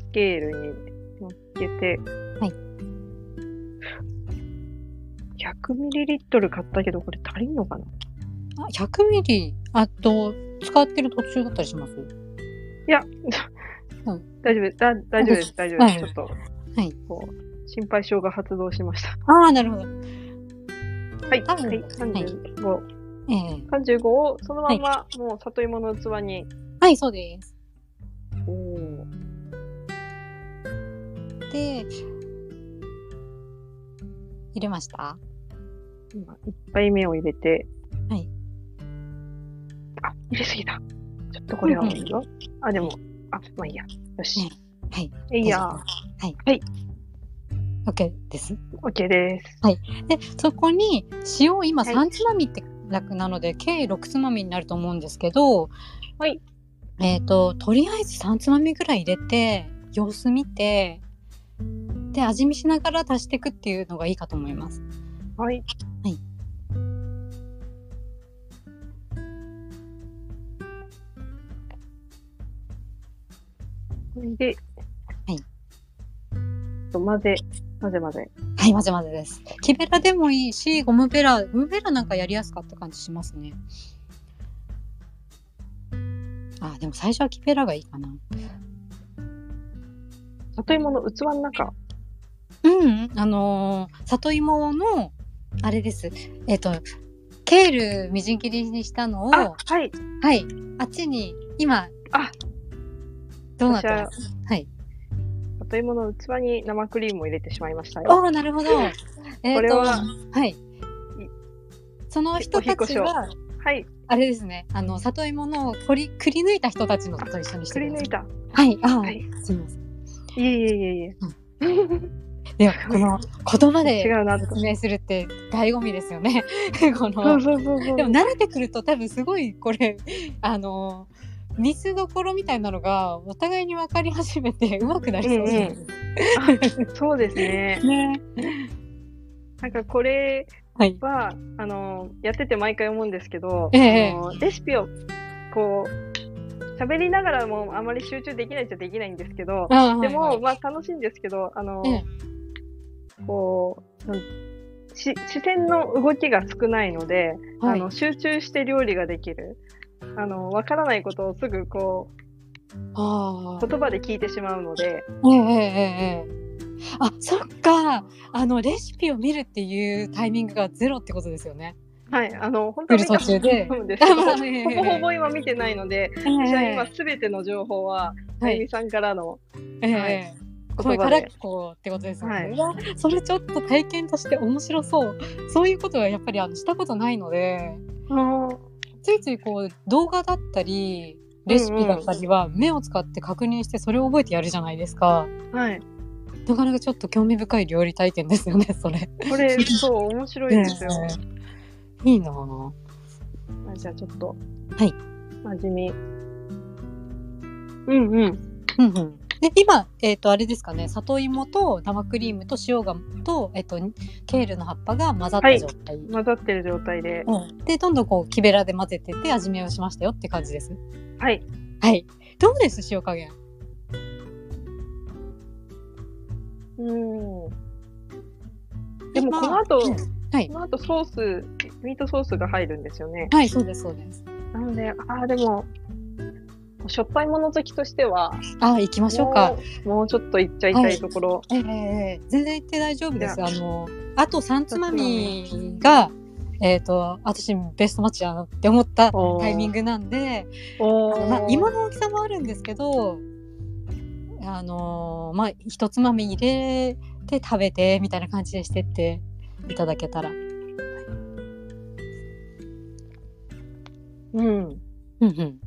Speaker 2: スケールに乗っけて、
Speaker 1: はい。
Speaker 2: 100ミリリットル買ったけど、これ足りんのかな
Speaker 1: あ、100ミリ、あと、使ってる途中だったりします
Speaker 2: いや、
Speaker 1: う
Speaker 2: 大丈夫です。だ大丈夫です。大丈夫です。ちょっと、
Speaker 1: はい
Speaker 2: こう、心配性が発動しました。
Speaker 1: ああ、なるほど。
Speaker 2: はい。
Speaker 1: 多
Speaker 2: はい。
Speaker 1: 分はい
Speaker 2: 35。
Speaker 1: ええ
Speaker 2: 35をそのまんま、もう里芋の器に。
Speaker 1: はい、そうです。
Speaker 2: おお。
Speaker 1: で、入れました
Speaker 2: 今、1杯目を入れて。
Speaker 1: はい。
Speaker 2: あ、入れすぎた。ちょっとこれは
Speaker 1: うんう
Speaker 2: 多
Speaker 1: ん
Speaker 2: いよ。あ、でも、あ、まあいいや。よし。
Speaker 1: はい。
Speaker 2: えいや。
Speaker 1: はい。
Speaker 2: はい。
Speaker 1: OK です。
Speaker 2: OK です。
Speaker 1: でそこに塩今
Speaker 2: はい
Speaker 1: 3つまみって楽なので、計6つまみになると思うんですけど、
Speaker 2: はい
Speaker 1: えっととりあえず3つまみぐらい入れて様子見てで味見しながら足していくっていうのがいいかと思います。
Speaker 2: はい。
Speaker 1: はい。
Speaker 2: これで、
Speaker 1: はい
Speaker 2: と混ぜ、混ぜ混ぜ。
Speaker 1: はいまぜまぜです。木べらでもいいしゴムべらゴムべらなんかやりやすかった感じしますね。あでも最初は木べらがいいかな。
Speaker 2: 里芋の器の中。
Speaker 1: うん、あのー里芋のあれです。えっ、とケールみじん切りにしたのを、
Speaker 2: あ
Speaker 1: は、
Speaker 2: はい。
Speaker 1: い、あっちに、今、
Speaker 2: あ
Speaker 1: どうなってますはい。
Speaker 2: 里芋の器に生クリームを入れてしまいました
Speaker 1: お
Speaker 2: よ。
Speaker 1: おなるほど。えーと
Speaker 2: これは
Speaker 1: はい。その人たちは、
Speaker 2: はい。
Speaker 1: あれですね、あの、里芋のくり、くり抜いた人たちのと一緒にして
Speaker 2: く
Speaker 1: く
Speaker 2: り
Speaker 1: ださ
Speaker 2: 抜
Speaker 1: い。
Speaker 2: いた。
Speaker 1: はい、あー、
Speaker 2: はい
Speaker 1: すみません。
Speaker 2: いえいえいえいえ。
Speaker 1: では、この 言葉
Speaker 2: 違
Speaker 1: で
Speaker 2: うなと。
Speaker 1: 説明するって醍醐味ですよね。 こ
Speaker 2: そ
Speaker 1: の
Speaker 2: う、そうそうそう。
Speaker 1: でも慣れてくると多分すごいこれ あのミスどころみたいなのがお互いに分かり始めて上手くなりそうですね。
Speaker 2: あそうですね。
Speaker 1: ね
Speaker 2: なんかこれ
Speaker 1: はい。
Speaker 2: は、あの、やってて毎回思うんですけど、
Speaker 1: ええ
Speaker 2: あのレシピを、こう、喋りながらもあまり集中できないっちゃできないんですけど、
Speaker 1: あー
Speaker 2: でも、
Speaker 1: はいはい
Speaker 2: まあ楽しいんですけど、あの、
Speaker 1: ええ
Speaker 2: こう、なんし視線の動きが少ないので、
Speaker 1: はい
Speaker 2: あの集中して料理ができる。あの、わからないことをすぐこ
Speaker 1: あ
Speaker 2: う、
Speaker 1: ー
Speaker 2: 言葉で聞いてしまうので、
Speaker 1: ええええええあそっかあのレシピを見るっていうタイミングがゼロってことですよね。
Speaker 2: はい、あの、本当に見
Speaker 1: 見る
Speaker 2: た
Speaker 1: 途中で
Speaker 2: と思う んですけど、
Speaker 1: あまあ
Speaker 2: ほ
Speaker 1: ええ
Speaker 2: ぼほぼ今見てないので、
Speaker 1: ええ
Speaker 2: 私は今すべての情報は、あ
Speaker 1: は
Speaker 2: ゆみ
Speaker 1: い
Speaker 2: さんからの
Speaker 1: ええ
Speaker 2: はい
Speaker 1: ええ
Speaker 2: 言
Speaker 1: これ
Speaker 2: 葉
Speaker 1: から
Speaker 2: で。
Speaker 1: こうってことですよね、
Speaker 2: はいう
Speaker 1: わそれちょっと体験として面白そうそういうことはやっぱりあのしたことないので
Speaker 2: あ
Speaker 1: ついついこう動画だったりレシピだったりは目を使って確認してそれを覚えてやるじゃないですか、
Speaker 2: ーはい。
Speaker 1: なかなかちょっと興味深い料理体験ですよね それ。
Speaker 2: これ、そう、面白いですよ。
Speaker 1: いいなぁ
Speaker 2: あじゃあちょっと。
Speaker 1: はい。
Speaker 2: 真面目。うんうん。
Speaker 1: うんうんで今、えっとあれですかね里芋と生クリームと塩がと,、えっとケールの葉っぱが混ざった状態、
Speaker 2: 混ざってる状態で。
Speaker 1: うんでどんどんこう木べらで混ぜてって味見をしましたよって感じです。
Speaker 2: はい。
Speaker 1: はい、どうです塩加減
Speaker 2: うん。でも
Speaker 1: 今
Speaker 2: この後、
Speaker 1: うんはい
Speaker 2: この後ソース、ミートソースが入るんですよね。
Speaker 1: はいそうですそうです。
Speaker 2: なので、ああ、でも、しょっぱいもの好きとしては、
Speaker 1: あ行きましょうか。
Speaker 2: もうもうちょっといっちゃいたいところ。
Speaker 1: ええ全然言って大丈夫です。
Speaker 2: じ
Speaker 1: あの、あと三つまみが、えっ、と、私ベストマッチだなって思った
Speaker 2: おー
Speaker 1: タイミングなんで、
Speaker 2: お
Speaker 1: あの
Speaker 2: ー
Speaker 1: まあ、芋の大きさもあるんですけど、あのーまあ、一つまみ入れて食べて、みたいな感じでしてっていただけたら。うん
Speaker 2: うん。
Speaker 1: うん。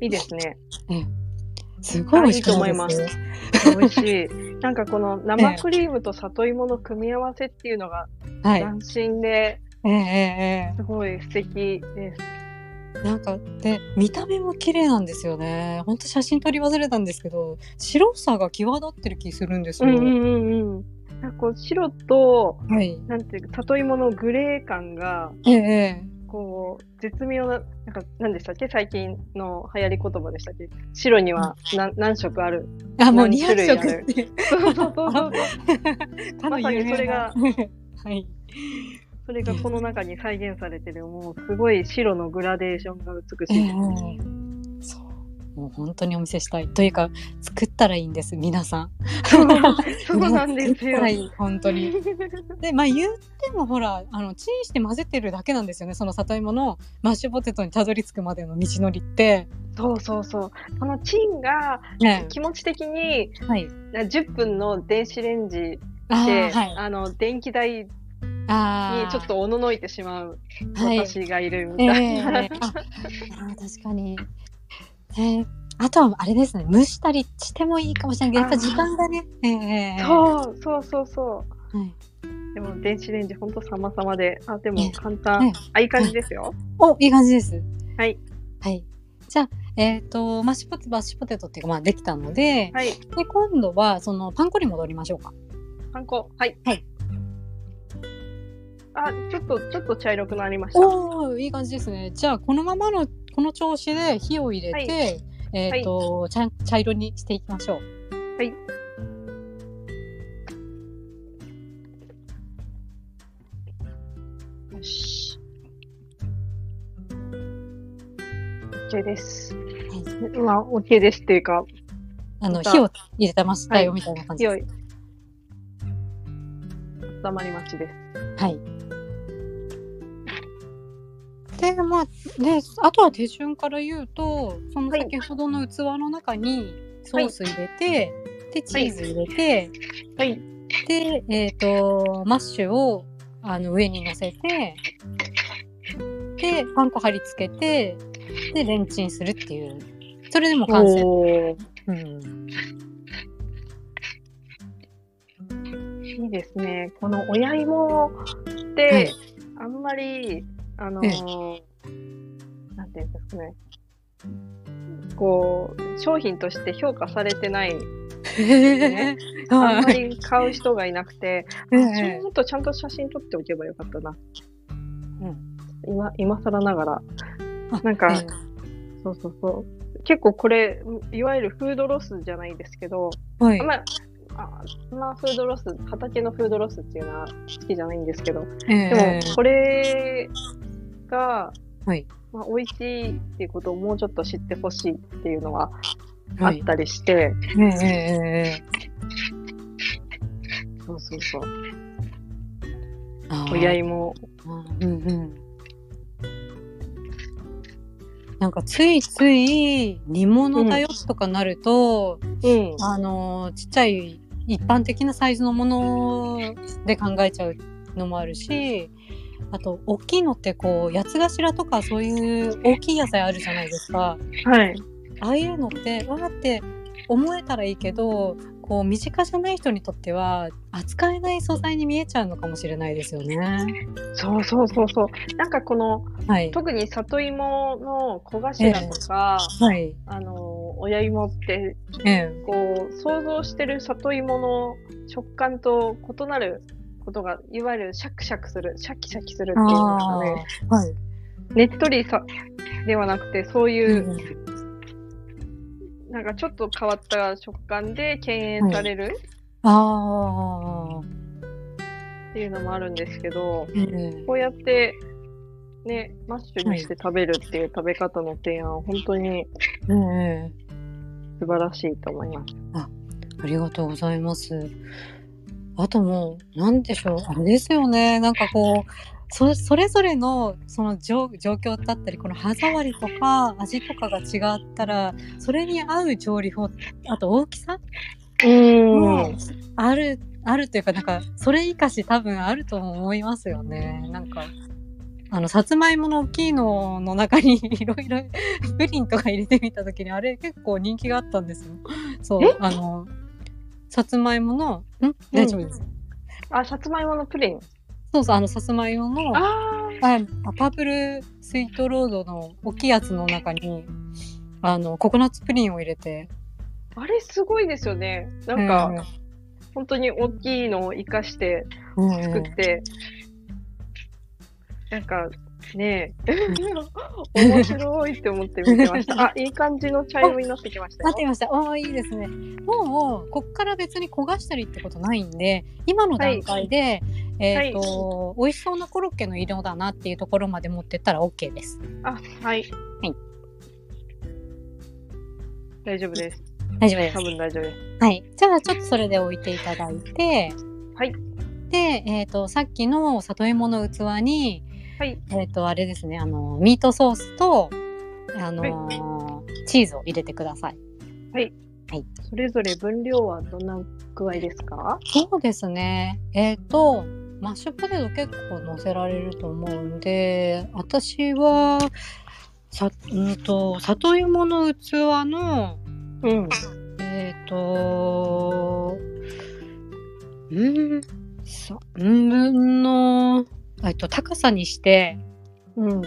Speaker 2: いいですね。
Speaker 1: すごい美味しかった
Speaker 2: あいいと思いま
Speaker 1: ですす。
Speaker 2: 美味し い。なんかこの生クリームと里芋の組み合わせっていうのが
Speaker 1: はい。
Speaker 2: 斬新で、
Speaker 1: えええええ
Speaker 2: すごい素敵です。
Speaker 1: えなんか、で、見た目も綺麗なんですよね。本当写真撮り忘れたんですけど、白さが際立ってる気するんですよ。
Speaker 2: んうん。なんかこう白と、
Speaker 1: はい。
Speaker 2: なんていうか、里芋のグレー感が、
Speaker 1: ええ
Speaker 2: こう、絶妙な、なんか、何でしたっけ最近の流行り言葉でしたっけ白には何何色ある。
Speaker 1: あ、もう
Speaker 2: 何種類
Speaker 1: 200
Speaker 2: ある
Speaker 1: 色って。
Speaker 2: そうそうそうそう。
Speaker 1: かの有名な
Speaker 2: まさにそれが
Speaker 1: はい。
Speaker 2: それがこの中に再現されてる、もうすごい白のグラデーションが美
Speaker 1: え
Speaker 2: しい。
Speaker 1: えそう。もう本当にお見せしたい。というか、作ったらいいんです、皆さん。
Speaker 2: そうなんです
Speaker 1: 作っ
Speaker 2: よ
Speaker 1: たら。いい、本当に。で、まあ言ってもほら、あの、チンして混ぜてるだけなんですよね。その里芋のマッシュポテトにたどり着くまでの道のりって。
Speaker 2: そうそうそう。このチンが
Speaker 1: ね、
Speaker 2: 気持ち的に
Speaker 1: はい。
Speaker 2: な10分の電子レンジ
Speaker 1: ああ
Speaker 2: で、
Speaker 1: ー、はい。
Speaker 2: あの電気代に
Speaker 1: ああ、
Speaker 2: ちょっとおののいてしまう
Speaker 1: はい、
Speaker 2: 私がいるみ
Speaker 1: え
Speaker 2: たい
Speaker 1: えあ
Speaker 2: な。
Speaker 1: あ確かに、えーあとはあれですね蒸したりしてもいいかもしれないけどやっぱ時間がねええ
Speaker 2: そうそうそうそ
Speaker 1: はい、
Speaker 2: う。でも電子レンジほんと様々で、あでも簡
Speaker 1: え
Speaker 2: 単
Speaker 1: え、
Speaker 2: あいい感じですよ。
Speaker 1: おいい感じです
Speaker 2: はい
Speaker 1: はいじゃあえっ、とマッシュポテマッシュポテトっていうかまあできたので,、
Speaker 2: はい、
Speaker 1: で今度はそのパン粉に戻りましょうか
Speaker 2: パン粉はい。
Speaker 1: はい
Speaker 2: あ、ちょっとちょっと茶色くなりました。
Speaker 1: おおいい感じですねじゃあこのままのこの調子で火を入れて、
Speaker 2: は
Speaker 1: えっ、と、茶茶色にしていきましょう
Speaker 2: はいよし。OK です。まあ、OK ですっていうか、
Speaker 1: あの
Speaker 2: また
Speaker 1: 火を入れてましたよみたいな感じです
Speaker 2: 強い。温まり待ちです。
Speaker 1: はい。でまあであとは手順から言うとその先ほどの器の中にソース入れて、でチーズ入れて、
Speaker 2: はい。
Speaker 1: で、えっとマッシュをあの上に乗せてでパン粉貼り付けてでレンチンするっていうそれでも完成。
Speaker 2: おー
Speaker 1: うん、
Speaker 2: いいですね。この親芋って、あんまり、あのーなんていうんですかね。こう、商品として評価されてない、ね あんま
Speaker 1: はい
Speaker 2: り買う人がいなくて、
Speaker 1: え
Speaker 2: あそれ
Speaker 1: え
Speaker 2: もっとちゃんと写真撮っておけばよかったな。
Speaker 1: うん
Speaker 2: 今、今更ながら。
Speaker 1: あ
Speaker 2: なんか
Speaker 1: ええ
Speaker 2: そうそうそう。結構これ、いわゆるフードロスじゃないですけど、
Speaker 1: はい
Speaker 2: あんまああんまフードロス、畑のフードロスっていうのは好きじゃないんですけど、
Speaker 1: え
Speaker 2: でも
Speaker 1: え、
Speaker 2: これが、
Speaker 1: はい
Speaker 2: まあ、美味しいっていうことをもうちょっと知ってほしいっていうのはあ
Speaker 1: は
Speaker 2: っ
Speaker 1: い
Speaker 2: たりして、
Speaker 1: ええええええ
Speaker 2: そうそうそう。
Speaker 1: あー
Speaker 2: 親芋。
Speaker 1: うんうんなんかついつい煮物だよとかなると、
Speaker 2: うん。
Speaker 1: あのーちっちゃい一般的なサイズのもので考えちゃうのもあるしあと大きいのってこう八つ頭とかそういう大きい野菜あるじゃないですか
Speaker 2: はい。
Speaker 1: ああいうのってわーって思えたらいいけどこう身近じゃない人にとっては扱えない素材に見えちゃうのかもしれないですよね。
Speaker 2: そうそうそうそう。なんかこの、
Speaker 1: はい、
Speaker 2: 特に里芋の小頭とか、
Speaker 1: はい
Speaker 2: あの、親芋って、
Speaker 1: ええ
Speaker 2: こう、想像してる里芋の食感と異なることが、いわゆるシャクシャクする、シャキシャキするっていうんですかね。
Speaker 1: あーはい。
Speaker 2: ねっとりさ、ではなくて、そういう、
Speaker 1: うん
Speaker 2: なんかちょっと変わった食感で敬遠される
Speaker 1: ああ、
Speaker 2: っていうのもあるんですけど、
Speaker 1: ええ
Speaker 2: こうやって、ね、マッシュにして食べるっていう食べ方の提案は本当に
Speaker 1: ええ
Speaker 2: 素晴らしいと思います。
Speaker 1: ありがとうございます。あともう、なんでしょう、あれですよね、なんかこう、そそれぞれのその状状況だったりこの歯触りとか味とかが違ったらそれに合う調理法あと大きさ
Speaker 2: うー
Speaker 1: もある、あるというか、なんか、それ以下し多分あると思いますよね。なんか、あの、さつまいもの大きいのの中に いろいろプリンとか入れてみたときに、あれ結構人気があったんですよ。そう
Speaker 2: え、
Speaker 1: あの、さつまいもの、ん大丈夫です。
Speaker 2: あ、さつまいものプリン。
Speaker 1: そうそう、あの、さつまいもの、あ
Speaker 2: あ
Speaker 1: パープルスイートロードの大きいやつの中に、あの、ココナッツプリンを入れて。
Speaker 2: あ、あれすごいですよね。なんか、本当に大きいのを活かして
Speaker 1: うん、うん
Speaker 2: 作って、なんか、ね え、面白いって思って見てました。あ、いい感じのチャイムになってきました
Speaker 1: なっ
Speaker 2: よ
Speaker 1: て。みました。おーいいですね。もうこっから別に焦がしたりってことないんで、今の段階で、えっ、と、美味しそうなコロッケの色だなっていうところまで持ってったら OK です。
Speaker 2: あ、はい。
Speaker 1: はい
Speaker 2: 大丈夫です。
Speaker 1: 大丈夫です
Speaker 2: 多。分大丈夫です。
Speaker 1: はい。じゃあちょっとそれで置いていただいて、
Speaker 2: はい。
Speaker 1: で、えっ、とさっきの里芋の器に、
Speaker 2: はい。
Speaker 1: えっ、とあれですね、あのミートソースとあのーチーズを入れてください。
Speaker 2: それぞれ分量はどんな具合ですか
Speaker 1: そうですね。えっ、と、マッシュポテト結構乗せられると思うんで、私は、さ、うんと、里芋の器の、
Speaker 2: うん。
Speaker 1: えっ、と、うん、3分の、えっと、高さにして、
Speaker 2: うん。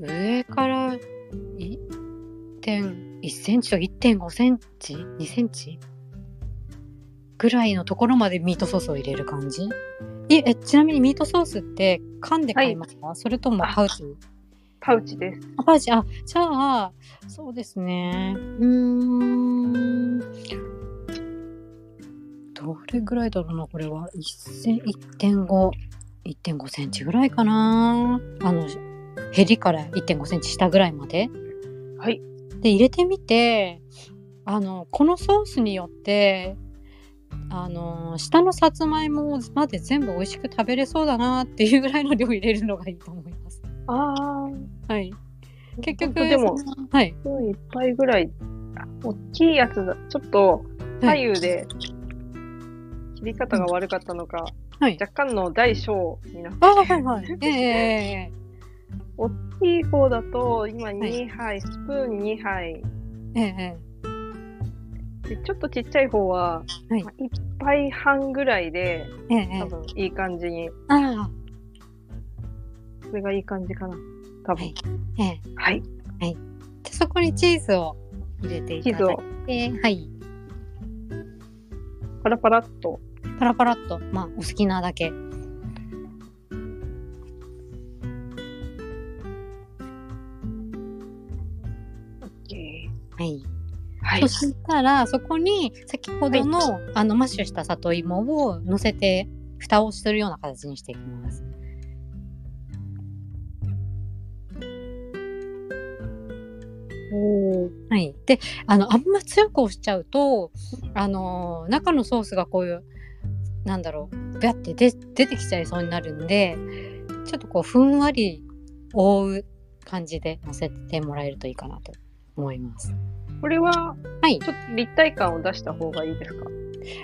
Speaker 1: 上からい点1センチと1.5センチ ?2 センチぐらいのところまでミートソースを入れる感じいえちなみにミートソースって缶で買いますか、それともパウチ
Speaker 2: パウチです。
Speaker 1: あパウチあじゃあそうですねうーんどれぐらいだろうなこれは1セン1.5 1.5センチぐらいかなあのへりから1.5センチ下ぐらいまで
Speaker 2: はい
Speaker 1: で入れてみてあのこのソースによってあの下のさつまいもまで全部美味しく食べれそうだなっていうぐらいの量入れるのがいいと思います
Speaker 2: ああ。
Speaker 1: はい。結局、
Speaker 2: でも、
Speaker 1: そのはい。
Speaker 2: もういっぱいぐらい、あ大きいやつだ。ちょっと、左右で、切り方が悪かったのか、
Speaker 1: はい。
Speaker 2: 若干の大小になっ
Speaker 1: ああ、はい はい。ええええ
Speaker 2: 大きい方だと、今2杯、スプーン2杯。
Speaker 1: えええええ
Speaker 2: でちょっとちっちゃい方は、
Speaker 1: はい
Speaker 2: まあ1杯半ぐらいで、
Speaker 1: えええ
Speaker 2: 多分いい感じに、
Speaker 1: ああ、
Speaker 2: それがいい感じかな。多
Speaker 1: は
Speaker 2: 分
Speaker 1: い。ええ
Speaker 2: はい。
Speaker 1: でそこにチーズを入れてい
Speaker 2: チ
Speaker 1: た
Speaker 2: ーズ
Speaker 1: だい
Speaker 2: を
Speaker 1: て、はい。
Speaker 2: パラパラっと。
Speaker 1: パラパラっと、まあ、お好きなだけ。はい。
Speaker 2: は
Speaker 1: そ。
Speaker 2: い
Speaker 1: したら、そこに先ほどの、あのマッシュした里芋を乗せて、蓋をするような形にしていきます。
Speaker 2: おー
Speaker 1: はい。で、あの、あんま強く押しちゃうと、あのー中のソースがこういう、なんだろう、ビャって出出てきちゃいそうになるんで、ちょっとこう、ふんわり覆う感じで乗せてもらえるといいかなと思います。
Speaker 2: これは、
Speaker 1: はい
Speaker 2: ちょっと立体感を出した方がいいですか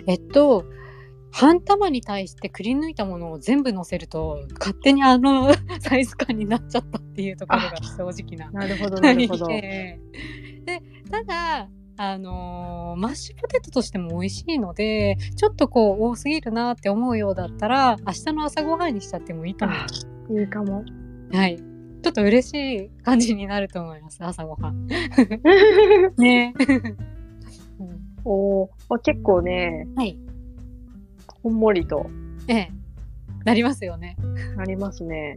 Speaker 1: えっと、半玉に対してくり抜いたものを全部乗せると、勝手にあのサイズ感になっちゃったっていうところが正直 な
Speaker 2: なるほど、
Speaker 1: はいええでただあのーマッシュポテトとしても美味しいのでちょっとこう多すぎるなって思うようだったら明日の朝ごはんにしちゃってもいいと思い
Speaker 2: あ
Speaker 1: ます。
Speaker 2: いいかも。
Speaker 1: はいちょっと嬉しい感じになると思います朝ごはん。ね、 うん
Speaker 2: おーまあ、結構ね、
Speaker 1: はい
Speaker 2: こんもりと
Speaker 1: ええなりますよね。
Speaker 2: なりますね。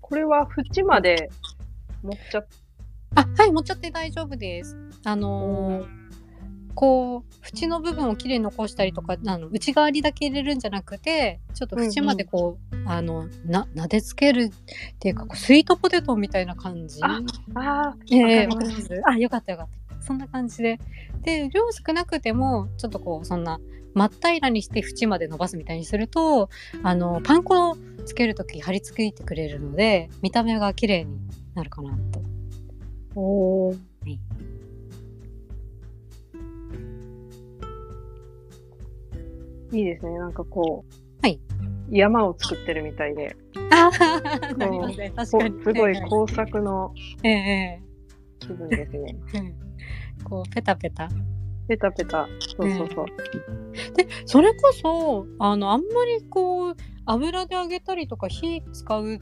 Speaker 2: これは縁まで持っちゃっ
Speaker 1: あはい持っちゃって大丈夫です。あのーこう縁の部分をきれいに残したりとかあの内側にだけ入れるんじゃなくてちょっと縁までこう、あのな撫でつけるっていうかこうスイートポテトみたいな感じ。
Speaker 2: あああ、
Speaker 1: ええ
Speaker 2: わか
Speaker 1: わか
Speaker 2: りま
Speaker 1: り
Speaker 2: す
Speaker 1: ますあよかったよかったそんな感じでで量少なくてもちょっとこうそんな真っ平らにして縁まで伸ばすみたいにするとあのパン粉をつけるとき貼り付いてくれるので見た目が綺麗になるかなと。
Speaker 2: おー
Speaker 1: い
Speaker 2: いいですね、なんかこう、
Speaker 1: はい
Speaker 2: 山を作ってるみたいで、
Speaker 1: ああ、なりますね。確
Speaker 2: こ
Speaker 1: かに。
Speaker 2: うすごい
Speaker 1: はは
Speaker 2: 工作の
Speaker 1: ええ
Speaker 2: 気分ですね。
Speaker 1: ええうんこう、ペタペタ。
Speaker 2: ペタペタ、そうそうそう。
Speaker 1: で、それこそ、あの、あんまりこう、油で揚げたりとか火使う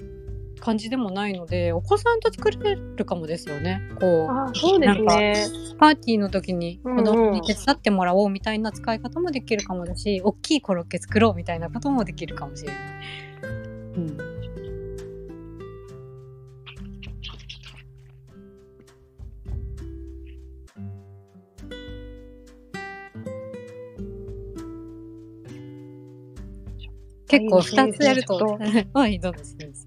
Speaker 1: 感じでもないので、お子さんと作れるかもですよね。こ
Speaker 2: ああ、そうですね。
Speaker 1: う、パーティーの時に
Speaker 2: うん
Speaker 1: 子
Speaker 2: うん
Speaker 1: 供に手伝ってもらおうみたいな使い方もできるかもだし、大きいコロッケ作ろうみたいなこともできるかもしれない。うん。結構2つやる
Speaker 2: いい
Speaker 1: と、 はい、どうですどうです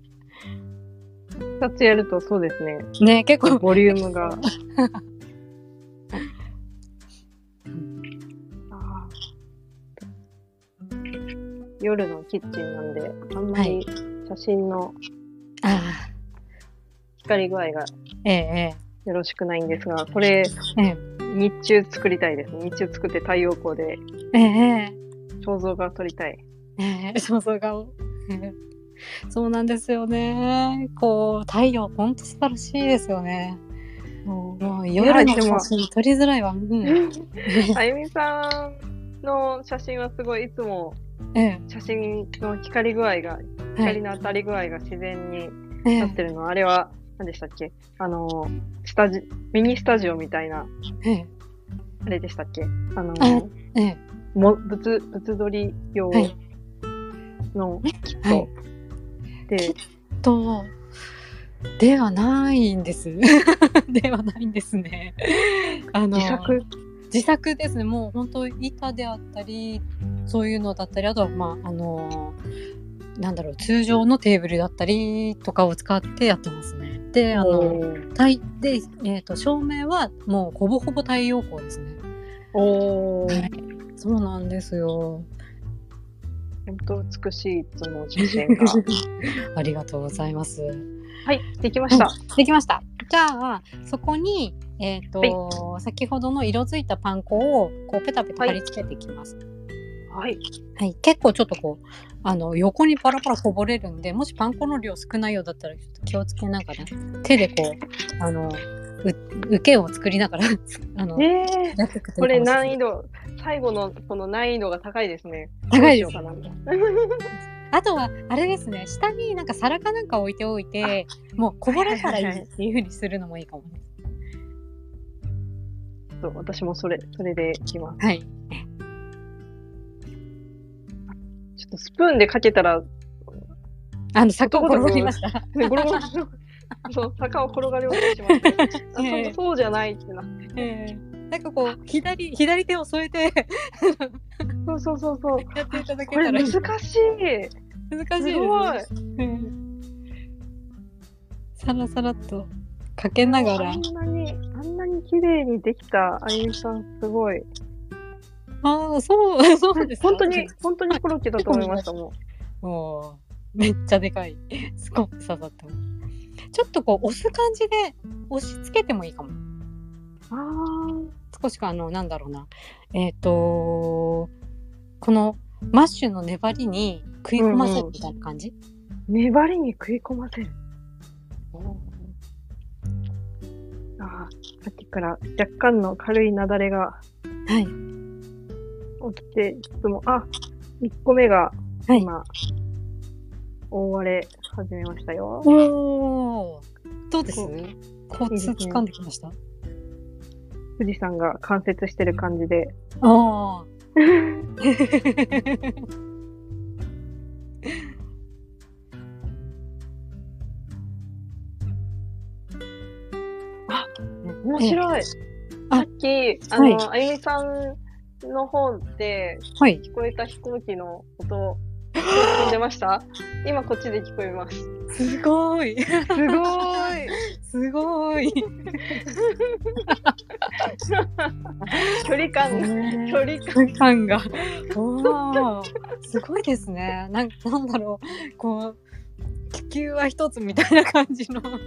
Speaker 2: 二つやるとそうですね。
Speaker 1: ね、結構
Speaker 2: ボリュームが。あ あ夜のキッチンなんで、あんまり写真の
Speaker 1: ああ、
Speaker 2: 光り具合が
Speaker 1: ええ、
Speaker 2: よろしくないんですが、これ、
Speaker 1: ええ、
Speaker 2: 日中作りたいです。日中作って太陽光で
Speaker 1: ええ、
Speaker 2: 肖像画を撮りたい。
Speaker 1: ええ、肖像画を。ええ そうなんですよね。こう、太陽、ほんと素晴らしいですよね。もう夜の
Speaker 2: でも
Speaker 1: 写真撮りづらいわ。うん、え
Speaker 2: あゆみさんの写真はすごい、いつも
Speaker 1: え、
Speaker 2: 写真の光り具合が、
Speaker 1: は
Speaker 2: 光
Speaker 1: い、
Speaker 2: の当たり具合が自然に
Speaker 1: え
Speaker 2: なってるのは、あれは、何でしたっけあの、スタジ、ミニスタジオみたいな、
Speaker 1: え、
Speaker 2: あれでしたっけあの、
Speaker 1: あええ、
Speaker 2: も仏、仏撮り用
Speaker 1: はい
Speaker 2: のキット。
Speaker 1: はい
Speaker 2: で、
Speaker 1: と、ではないんです。 ではないんですね。あの
Speaker 2: 自作
Speaker 1: 自作ですねもう本当板であったりそういうのだったりあとはまああのなんだろう通常のテーブルだったりとかを使ってやってますねであの太で、えー、と照明はもうほぼほぼ太陽光ですね
Speaker 2: おーお
Speaker 1: は
Speaker 2: ー
Speaker 1: いそうなんですよ
Speaker 2: 本当美しいいつも写真 が
Speaker 1: ありがとうございます。
Speaker 2: はいできました
Speaker 1: できました。じゃあそこにえっ、と、先ほどの色づいたパン粉をこうペタペタ貼り付けていきます。はい
Speaker 2: はい
Speaker 1: 結構ちょっとこうあの横にパラパラこぼれるんでもしパン粉の量少ないようだったらちょっと気をつけながら手でこうあのう受けを作りながら あの、
Speaker 2: えー
Speaker 1: やっていくと
Speaker 2: こ
Speaker 1: いい
Speaker 2: れ
Speaker 1: かもし
Speaker 2: 難
Speaker 1: れない
Speaker 2: 易度最後のこの難易度が高いですね
Speaker 1: 高いで
Speaker 2: どう
Speaker 1: す
Speaker 2: しようかな
Speaker 1: あとはあれですね下になんか皿かなんか置いておいてもうこぼれたらいいっていうふうにするのもいいかもね。
Speaker 2: そう私もそれそれでいきます
Speaker 1: はい
Speaker 2: ちょっとスプーンでかけたら
Speaker 1: あの、柵を
Speaker 2: 男の子
Speaker 1: 転がりました。
Speaker 2: ねゴロゴロそう坂を転がり落ちてしまって
Speaker 1: え
Speaker 2: あそう
Speaker 1: え
Speaker 2: そうじゃないってな
Speaker 1: ええなんかこう、左、左手を添えて
Speaker 2: そうそうそうそう
Speaker 1: やっていただけ
Speaker 2: これ
Speaker 1: たら
Speaker 2: 難
Speaker 1: 難
Speaker 2: し
Speaker 1: し
Speaker 2: い
Speaker 1: い。難しいですすね。
Speaker 2: ごい
Speaker 1: うんさらさらっとかけながら
Speaker 2: あ。んなにあんなに綺麗にできたあゆみさんすごい
Speaker 1: ああ、そう、そうですか。
Speaker 2: 本当に本当にコロッケだと思いましたも
Speaker 1: もう、めっちゃでかい。スコープ刺さった。ちょっとこう、押す感じで、押し付けてもいいかも。
Speaker 2: うあ
Speaker 1: 少しあのなんだろうなえっ、とこのマッシュの粘りに食い込ませるみたいな感じ、
Speaker 2: ー粘りに食い込ませるあーさっきから若干の軽い雪崩が
Speaker 1: はい
Speaker 2: 起きていつもあ一1個目が
Speaker 1: はい
Speaker 2: 今、覆われ始めましたよ
Speaker 1: おおどうです
Speaker 2: こ
Speaker 1: 交
Speaker 2: いいです
Speaker 1: 通
Speaker 2: ね
Speaker 1: 掴んできました
Speaker 2: 富士山が冠雪してる感じで
Speaker 1: ああ
Speaker 2: 面白い。
Speaker 1: あ
Speaker 2: さっき、あの、あゆみさんの方で
Speaker 1: はい
Speaker 2: 聞こえた飛行機の音、出ま した今こっちで聞こえます。す
Speaker 1: すごい
Speaker 2: ごーい。
Speaker 1: すご い
Speaker 2: 距離感が、距離 感。
Speaker 1: 感がおおすごいですねなんなんだろうこう気球は一つみたいな感じのだろ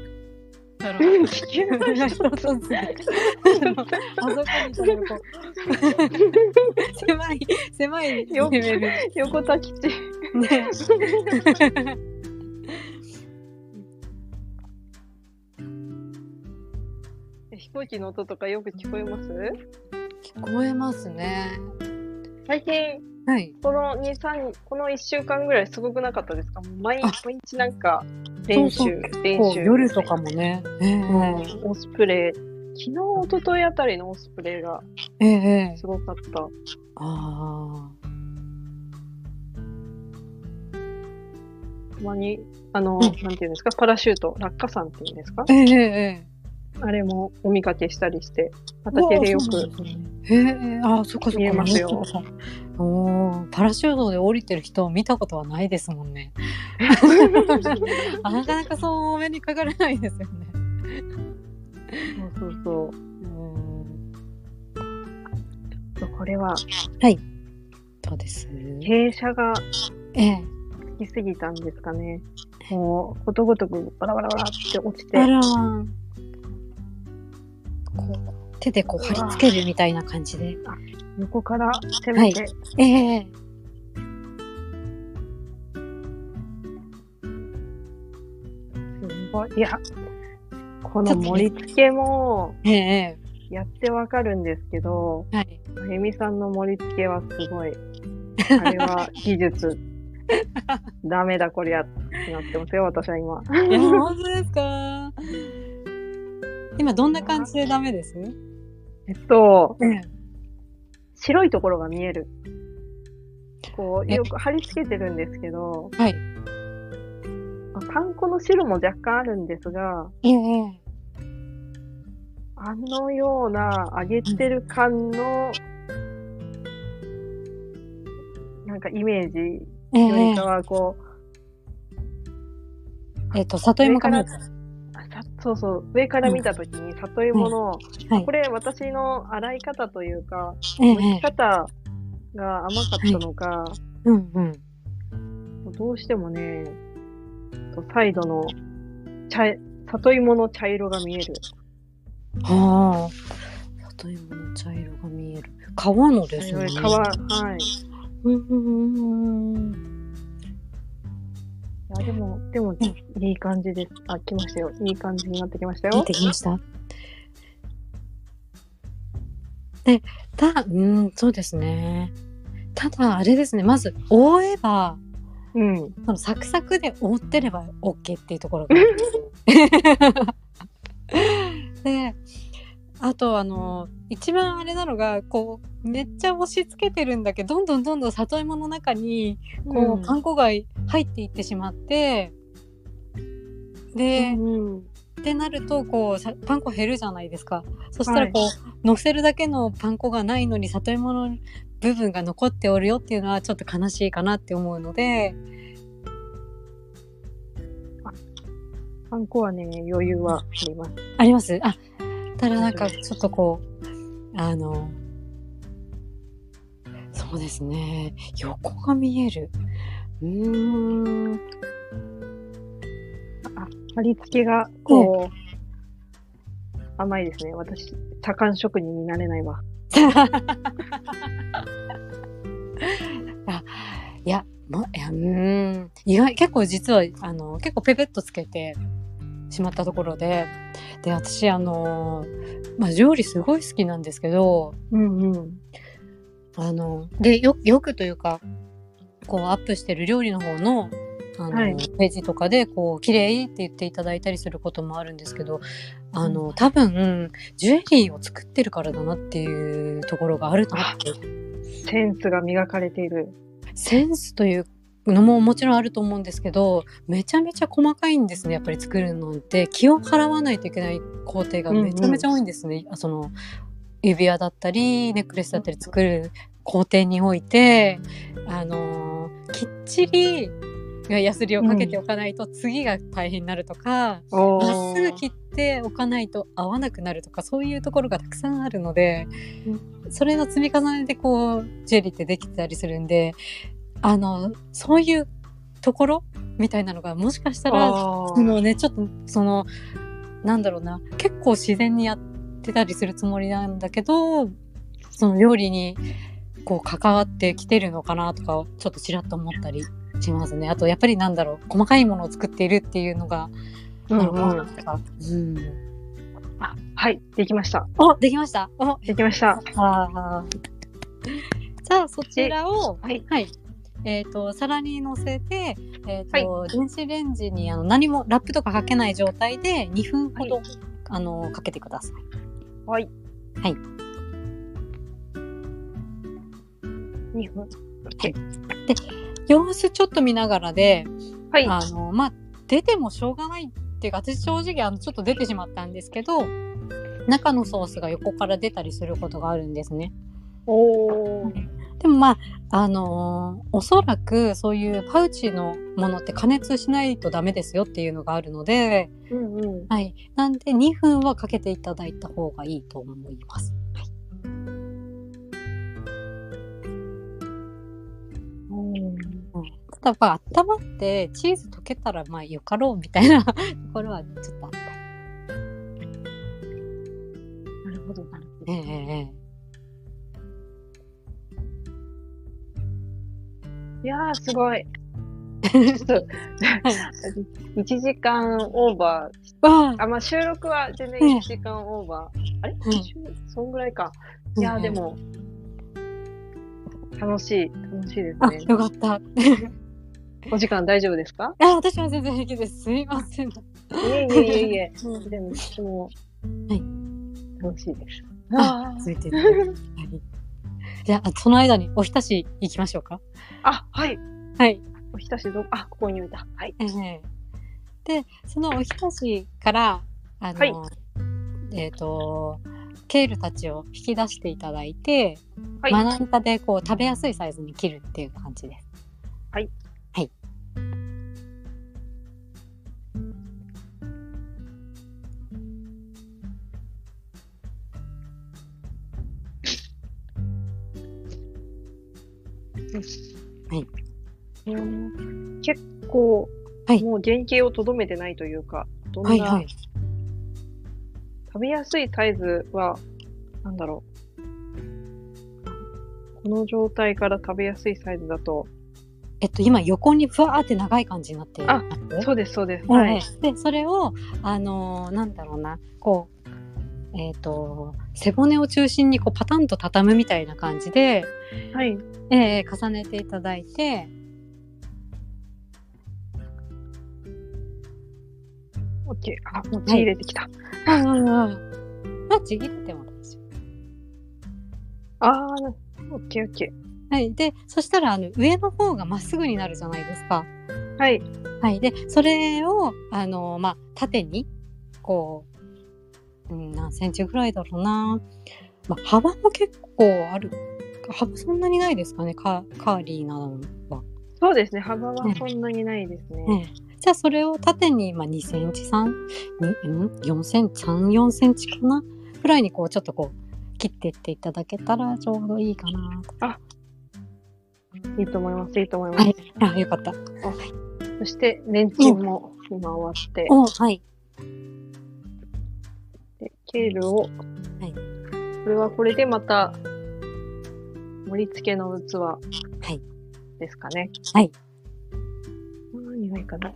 Speaker 1: う
Speaker 2: 聞き
Speaker 1: 人
Speaker 2: まし
Speaker 1: とずつあそこにたらこう狭い狭いレ
Speaker 2: よ
Speaker 1: ベル
Speaker 2: 横田基地。
Speaker 1: ね。
Speaker 2: 飛行機の音とかよく聞こえます
Speaker 1: 聞こえますね。
Speaker 2: 最近、
Speaker 1: はい。
Speaker 2: この2、3、この1週間ぐらいすごくなかったですかもう毎
Speaker 1: あ
Speaker 2: 毎日なんか練習、
Speaker 1: そうそう
Speaker 2: 練
Speaker 1: こう
Speaker 2: 習。
Speaker 1: 夜とかもね。え
Speaker 2: うんオスプレイ。昨日、一昨日あたりのオスプレイが
Speaker 1: えええ
Speaker 2: すごかった。
Speaker 1: ああ。
Speaker 2: たまに、あの、
Speaker 1: うん
Speaker 2: なんていうんですか、パラシュート、落下傘っていうんですか
Speaker 1: ええええ
Speaker 2: あれもお見かけしたりして、畑でよ
Speaker 1: うわそう
Speaker 2: く。
Speaker 1: なんですねええええああ、そっかそっか。
Speaker 2: 見えますよ
Speaker 1: おおー、パラシュートで降りてる人を見たことはないですもんね。なかなかそうお目にかかれないですよね。
Speaker 2: そうそうそ
Speaker 1: う
Speaker 2: う
Speaker 1: ん。
Speaker 2: そう。これは、
Speaker 1: そうです。
Speaker 2: 傾斜が
Speaker 1: ええ。
Speaker 2: つきすぎたんですかね。もう、ことごとくバラバラバラって落ちて、
Speaker 1: あらーこう手でこう貼り付けるみたいな感じで。
Speaker 2: 横から攻めて、
Speaker 1: ええ
Speaker 2: すごい。いや、この盛り付けも、
Speaker 1: ええ
Speaker 2: やってわかるんですけど、
Speaker 1: えはい。
Speaker 2: あゆみさんの盛り付けはすごい。あれは技術。ダメだこりゃってなってますよ、私は今。
Speaker 1: いや本当ですか。今どんな感じでダメです？
Speaker 2: えっと、
Speaker 1: ええ
Speaker 2: 白いところが見える。こう、
Speaker 1: え
Speaker 2: よく貼り付けてるんですけど、
Speaker 1: はい。
Speaker 2: まあパン粉の白も若干あるんですが、
Speaker 1: ええ
Speaker 2: あのような揚げてる感の、なんかイメージよ
Speaker 1: え
Speaker 2: り
Speaker 1: え
Speaker 2: かは、こう、
Speaker 1: えっと里芋かな。
Speaker 2: あさそうそう、上から見たときに里芋の、
Speaker 1: はい
Speaker 2: こ。れ私の洗い方というか、
Speaker 1: ええ
Speaker 2: 剥き方が甘かったのか、
Speaker 1: うんうん。
Speaker 2: どうしてもね、サイドの茶、里芋の茶色が見える。
Speaker 1: はあ。里芋の茶色が見える。皮のですよね。
Speaker 2: 皮、はい。い
Speaker 1: うんうんうんうん。
Speaker 2: や、でも、でも、いい感じです。あ、来ましたよ。いい感じになってきました
Speaker 1: 見
Speaker 2: よ
Speaker 1: て。きました。で、た、うん、そうですね。ただ、あれですね。まず、覆えば、
Speaker 2: うん。
Speaker 1: そのサクサクで覆ってれば OK っていうところが。であとあの一番あれなのがこうめっちゃ押し付けてるんだけどどんどんどんどん里芋の中にこ
Speaker 2: うん
Speaker 1: う、パン粉が入っていってしまってで、
Speaker 2: うんうん
Speaker 1: ってなるとこうさパン粉減るじゃないですかそしたらこう、乗せるだけのパン粉がないのに里芋の部分が残っておるよっていうのはちょっと悲しいかなって思うので
Speaker 2: パン粉はね、余裕はあります。
Speaker 1: ありますあただなんかちょっとこうあのそうですね横が見えるうーん
Speaker 2: 貼り付けが、こう、甘いですね。私、多感職人になれないわ。
Speaker 1: あ いや、ま、いやうーん意外結構実はあの結構ペペッとつけてしまったところでで私あの、まあ、料理すごい好きなんですけど
Speaker 2: うんうん。
Speaker 1: あのでよよくというかこうアップしてる料理の方のあの、
Speaker 2: はい
Speaker 1: ページとかでこう綺麗って言っていただいたりすることもあるんですけどあの多分ジュエリーを作ってるからだなっていうところがあるなって
Speaker 2: センスが磨かれている。
Speaker 1: センスというのももちろんあると思うんですけどめちゃめちゃ細かいんですねやっぱり作るのって気を払わないといけない工程がめちゃめちゃ多いんですね、あその指輪だったりネックレスだったり作る工程においてあのーきっちりヤスリをかけておかないと次が大変になるとか
Speaker 2: おー
Speaker 1: まっすぐ切っておかないと合わなくなるとかそういうところがたくさんあるので、それの積み重ねでこうジェリーってできてたりするんであのそういうところみたいなのがもしかしたら
Speaker 2: あー
Speaker 1: そのねちょっとそのなんだろうな結構自然にやってたりするつもりなんだけどその料理にこう関わってきてるのかなとかちょっとちらっと思ったりしますね。あとやっぱりなんだろう細かいものを作っているっていうのが
Speaker 2: うん
Speaker 1: なるほど
Speaker 2: うん
Speaker 1: うん、
Speaker 2: あはい、できました。
Speaker 1: おできましたお
Speaker 2: できました。
Speaker 1: あじゃあそちらを、
Speaker 2: はい
Speaker 1: はいえー、と皿に乗せて、えーと電子レンジにあの何もラップとかかけない状態で2分ほど、
Speaker 2: は
Speaker 1: あのかけてください。
Speaker 2: はい。
Speaker 1: はい。
Speaker 2: 2分。
Speaker 1: 様子ちょっと見ながらで、
Speaker 2: はい。
Speaker 1: あのまあ、出てもしょうがないっていうか私正直あのちょっと出てしまったんですけど中のソースが横から出たりすることがあるんですね。
Speaker 2: おー。
Speaker 1: でもまあ、あのーおそらくそういうパウチのものって加熱しないとダメですよっていうのがあるので、
Speaker 2: うんうん。
Speaker 1: はい。なんで2分はかけていただいた方がいいと思います。ただまあ、温まってチーズ溶けたらまあよかろうみたいな ところはちょっとあった
Speaker 2: なるほど、なるほ
Speaker 1: り。え
Speaker 2: ど。
Speaker 1: えええ
Speaker 2: いやー、す ごい。ちょっと、1時間オーバー。
Speaker 1: わあ
Speaker 2: あ、まあ、収録は全然1時間オーバー。あれ、
Speaker 1: うん
Speaker 2: 収そんぐらいか。いやー、で。も、楽しい、楽しいです
Speaker 1: あ、
Speaker 2: ね。
Speaker 1: よかった。
Speaker 2: お時間大丈夫です か
Speaker 1: あ、私は全然平気です。すいません。
Speaker 2: いえいえいえいえ。
Speaker 1: うん
Speaker 2: でも、私も、
Speaker 1: はい
Speaker 2: 楽しいです。
Speaker 1: あ
Speaker 2: あ
Speaker 1: ついてる。はいじゃあ、その間におひたし行きましょうか。
Speaker 2: あ、はい。
Speaker 1: はい。
Speaker 2: おひたしど、あ、ここに置いた。はい。
Speaker 1: ええでそのおひたしからあの、
Speaker 2: はい
Speaker 1: えっ、とケールたちを引き出していただいて、
Speaker 2: はい。
Speaker 1: まな板でこう食べやすいサイズに切るっていう感じです。
Speaker 2: はい。
Speaker 1: はい。はい。
Speaker 2: うん結構、
Speaker 1: はい
Speaker 2: もう原型をとどめてないというか、どんな、
Speaker 1: はいはい。
Speaker 2: 食べやすいサイズは、なんだろう。この状態から食べやすいサイズだと、
Speaker 1: えっと、今横にふわーって長い感じになっている
Speaker 2: あ
Speaker 1: ます
Speaker 2: そうです、そうです。
Speaker 1: は
Speaker 2: はいい。、
Speaker 1: でそれをあのーなんだろうなこうえっ、と背骨を中心にこうパタンと畳むみたいな感じで、
Speaker 2: はい。
Speaker 1: えー重ねていただいて
Speaker 2: オッケー。あ、もう
Speaker 1: い
Speaker 2: 血入れてきた。
Speaker 1: うんうんうんまあちぎっても大丈夫。
Speaker 2: ああ、オッケー、オッケ
Speaker 1: はい、でそしたらあの上の方がまっすぐになるじゃないですか。
Speaker 2: ー。はい。
Speaker 1: はい、でそれをあのーまあ縦にこう、うん、何センチぐらいだろうな、まあ、幅も結構ある幅そんなにないですかねカーカーリーなのは。
Speaker 2: そうですね、幅はそんなにないですね。
Speaker 1: ねじゃあそれを縦に、まあ、2センチ3にん4センチ34センチかなぐらいにこうちょっとこう切っていっていただけたらちょうどいいかなと
Speaker 2: いいと思います、いいと思います。
Speaker 1: はあよかった
Speaker 2: そして、レンチンも今終わって、
Speaker 1: おはい
Speaker 2: でケールを、
Speaker 1: い
Speaker 2: これはこれでまた、盛り付けの器、
Speaker 1: い
Speaker 2: ですかね。
Speaker 1: はい。
Speaker 2: 何がいいかな。よ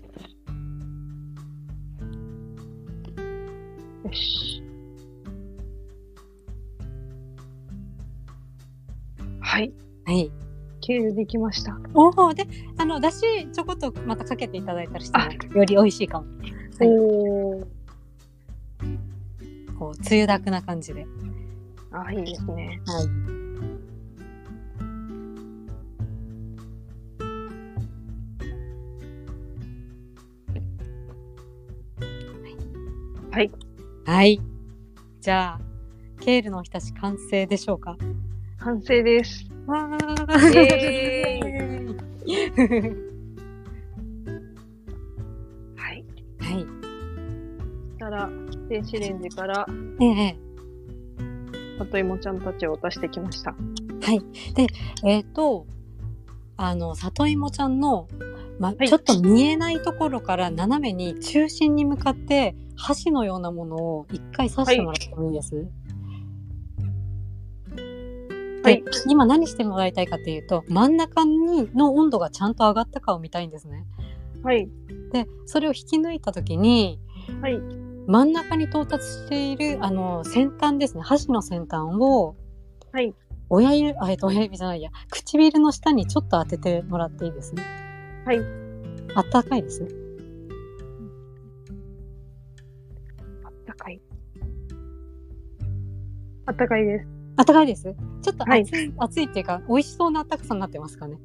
Speaker 2: し。はい。
Speaker 1: はい
Speaker 2: ケールできました。
Speaker 1: おーであのだしちょこっとまたかけていただいたりしてもより美味しいかもはい
Speaker 2: おー。
Speaker 1: こうつゆだくな感じで
Speaker 2: あ、いいですね。
Speaker 1: はい
Speaker 2: はい。
Speaker 1: はいじゃあケールのおひたし完成でしょうか
Speaker 2: 完 成です。
Speaker 1: わ
Speaker 2: イ
Speaker 1: ー
Speaker 2: エーイはい。
Speaker 1: はい
Speaker 2: そしたら、電子レンジから
Speaker 1: ええ
Speaker 2: 里芋ちゃんたちを出してきました。
Speaker 1: えっ、と、あの、里芋ちゃんの、ま
Speaker 2: はい
Speaker 1: ちょっと見えないところから斜めに中心に向かって箸のようなものを一回刺してもらってもいいです、
Speaker 2: はい
Speaker 1: で今何してもらいたいかというと真ん中にの温度がちゃんと上がったかを見たいんですね。
Speaker 2: はい。
Speaker 1: でそれを引き抜いた時に
Speaker 2: はい。
Speaker 1: 真ん中に到達しているあの先端ですね箸の先端を
Speaker 2: はい。
Speaker 1: 親指あえっと親指じゃないや唇の下にちょっと当ててもらっていいですね
Speaker 2: はい
Speaker 1: あったかいですね
Speaker 2: あったかい。あったかいです。
Speaker 1: あったかいですちょっと熱
Speaker 2: はい
Speaker 1: い、熱いっていうか美味しそうなあったかさになってますかね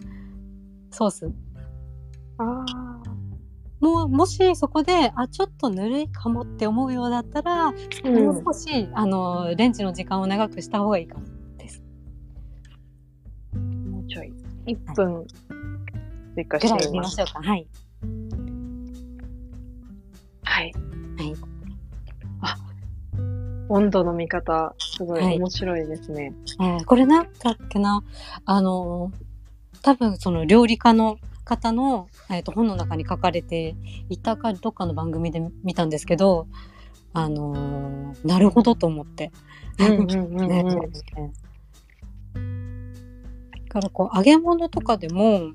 Speaker 1: ソース
Speaker 2: あ
Speaker 1: もうもしそこであちょっとぬるいかもって思うようだったら、
Speaker 2: あ。
Speaker 1: も
Speaker 2: う。
Speaker 1: うん少しあのレンジの時間を長くした方がいいかも
Speaker 2: もうちょい。1分追加
Speaker 1: ぐ
Speaker 2: し
Speaker 1: らい
Speaker 2: てみ
Speaker 1: 見ま
Speaker 2: ます。
Speaker 1: しょうかはい
Speaker 2: はい。
Speaker 1: はい
Speaker 2: あ、温度の見方、すごい
Speaker 1: はい
Speaker 2: 面白いですね。
Speaker 1: えーこれなんだっけなあのー多分その料理家の方の、えー、と本の中に書かれていたかどっかの番組で見たんですけどあのーなるほどと思って。
Speaker 2: うんうんう
Speaker 1: ね
Speaker 2: んうん。
Speaker 1: だからこう揚げ物とかでも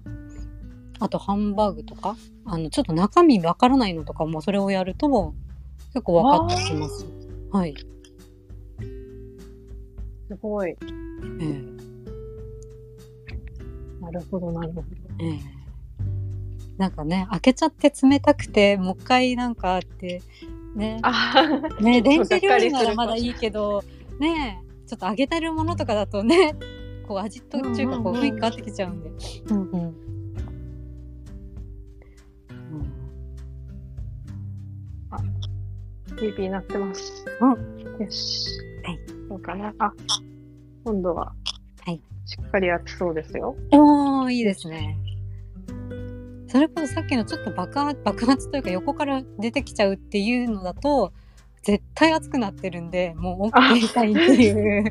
Speaker 1: あとハンバーグとかあのちょっと中身わからないのとかもそれをやるとも結構わかってきます。はい、
Speaker 2: すごい。
Speaker 1: えー
Speaker 2: なるほど、なるほど。
Speaker 1: えーなんかね開けちゃって冷たくてもう一回なんかあってね
Speaker 2: あ
Speaker 1: ね、電
Speaker 2: がっ
Speaker 1: 子料
Speaker 2: かり
Speaker 1: 理な
Speaker 2: す
Speaker 1: ら
Speaker 2: る
Speaker 1: まだいいけど、ねえ、ちょっと揚げてるものとかだとね、こう味と中華こう
Speaker 2: うんうんうん
Speaker 1: 雰囲気変わってきちゃうんで。うんうん。
Speaker 2: ピーピーなってます。。
Speaker 1: うん
Speaker 2: よし。
Speaker 1: はい。
Speaker 2: どうかな。あ、今度は。
Speaker 1: はい。
Speaker 2: しっかり熱そうですよ。
Speaker 1: おー、いいですね。それこそさっきのちょっと爆発爆発というか横から出てきちゃうっていうのだと絶対熱くなってるんでもう OK したいっていう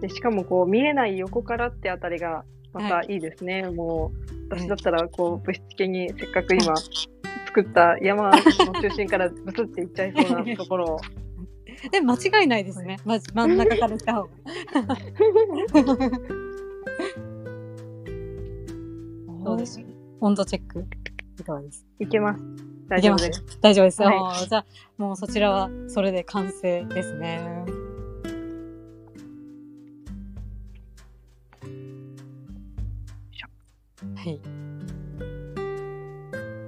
Speaker 2: でしかもこう見えない横からってあたりがまたいいですね、もう私だったらこうぶしつけにせっかく今作った山の中心からブツっていっちゃいそうなところ を
Speaker 1: で間違いないですね。まず真ん中から行った方が。どうでしょう。温度チェック。いかがです。
Speaker 2: いけます大
Speaker 1: いけ
Speaker 2: 丈夫
Speaker 1: ま
Speaker 2: です
Speaker 1: す。大丈夫です。
Speaker 2: はい
Speaker 1: おーじゃあもうそちらはそれで完成ですね。はい。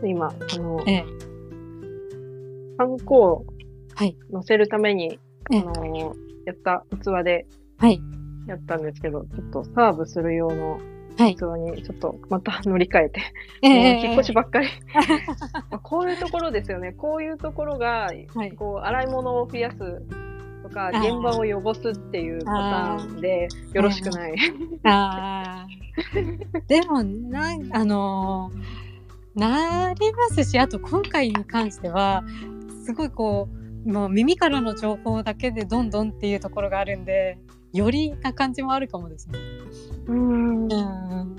Speaker 2: 今あの
Speaker 1: ええ。
Speaker 2: パン粉を
Speaker 1: はい
Speaker 2: 乗せるために、
Speaker 1: ええ
Speaker 2: あのやった器で
Speaker 1: はい。
Speaker 2: やったんですけどちょっとサーブする用の
Speaker 1: はい
Speaker 2: 器にちょっとまた乗り換えて
Speaker 1: え
Speaker 2: もう引っ越し ばっかり。まあこういうところですよね。こういうところが、
Speaker 1: はい
Speaker 2: こう、洗い物を増やすとか、
Speaker 1: あー
Speaker 2: 現場を汚すっていうパターンで、
Speaker 1: ー
Speaker 2: よろしくない。
Speaker 1: あーでもなんあのーなりますしあと今回に関してはすごいこうもう耳からの情報だけでどんどんっていうところがあるんでよりな感じもあるかもですね。
Speaker 2: うん
Speaker 1: う
Speaker 2: い
Speaker 1: ん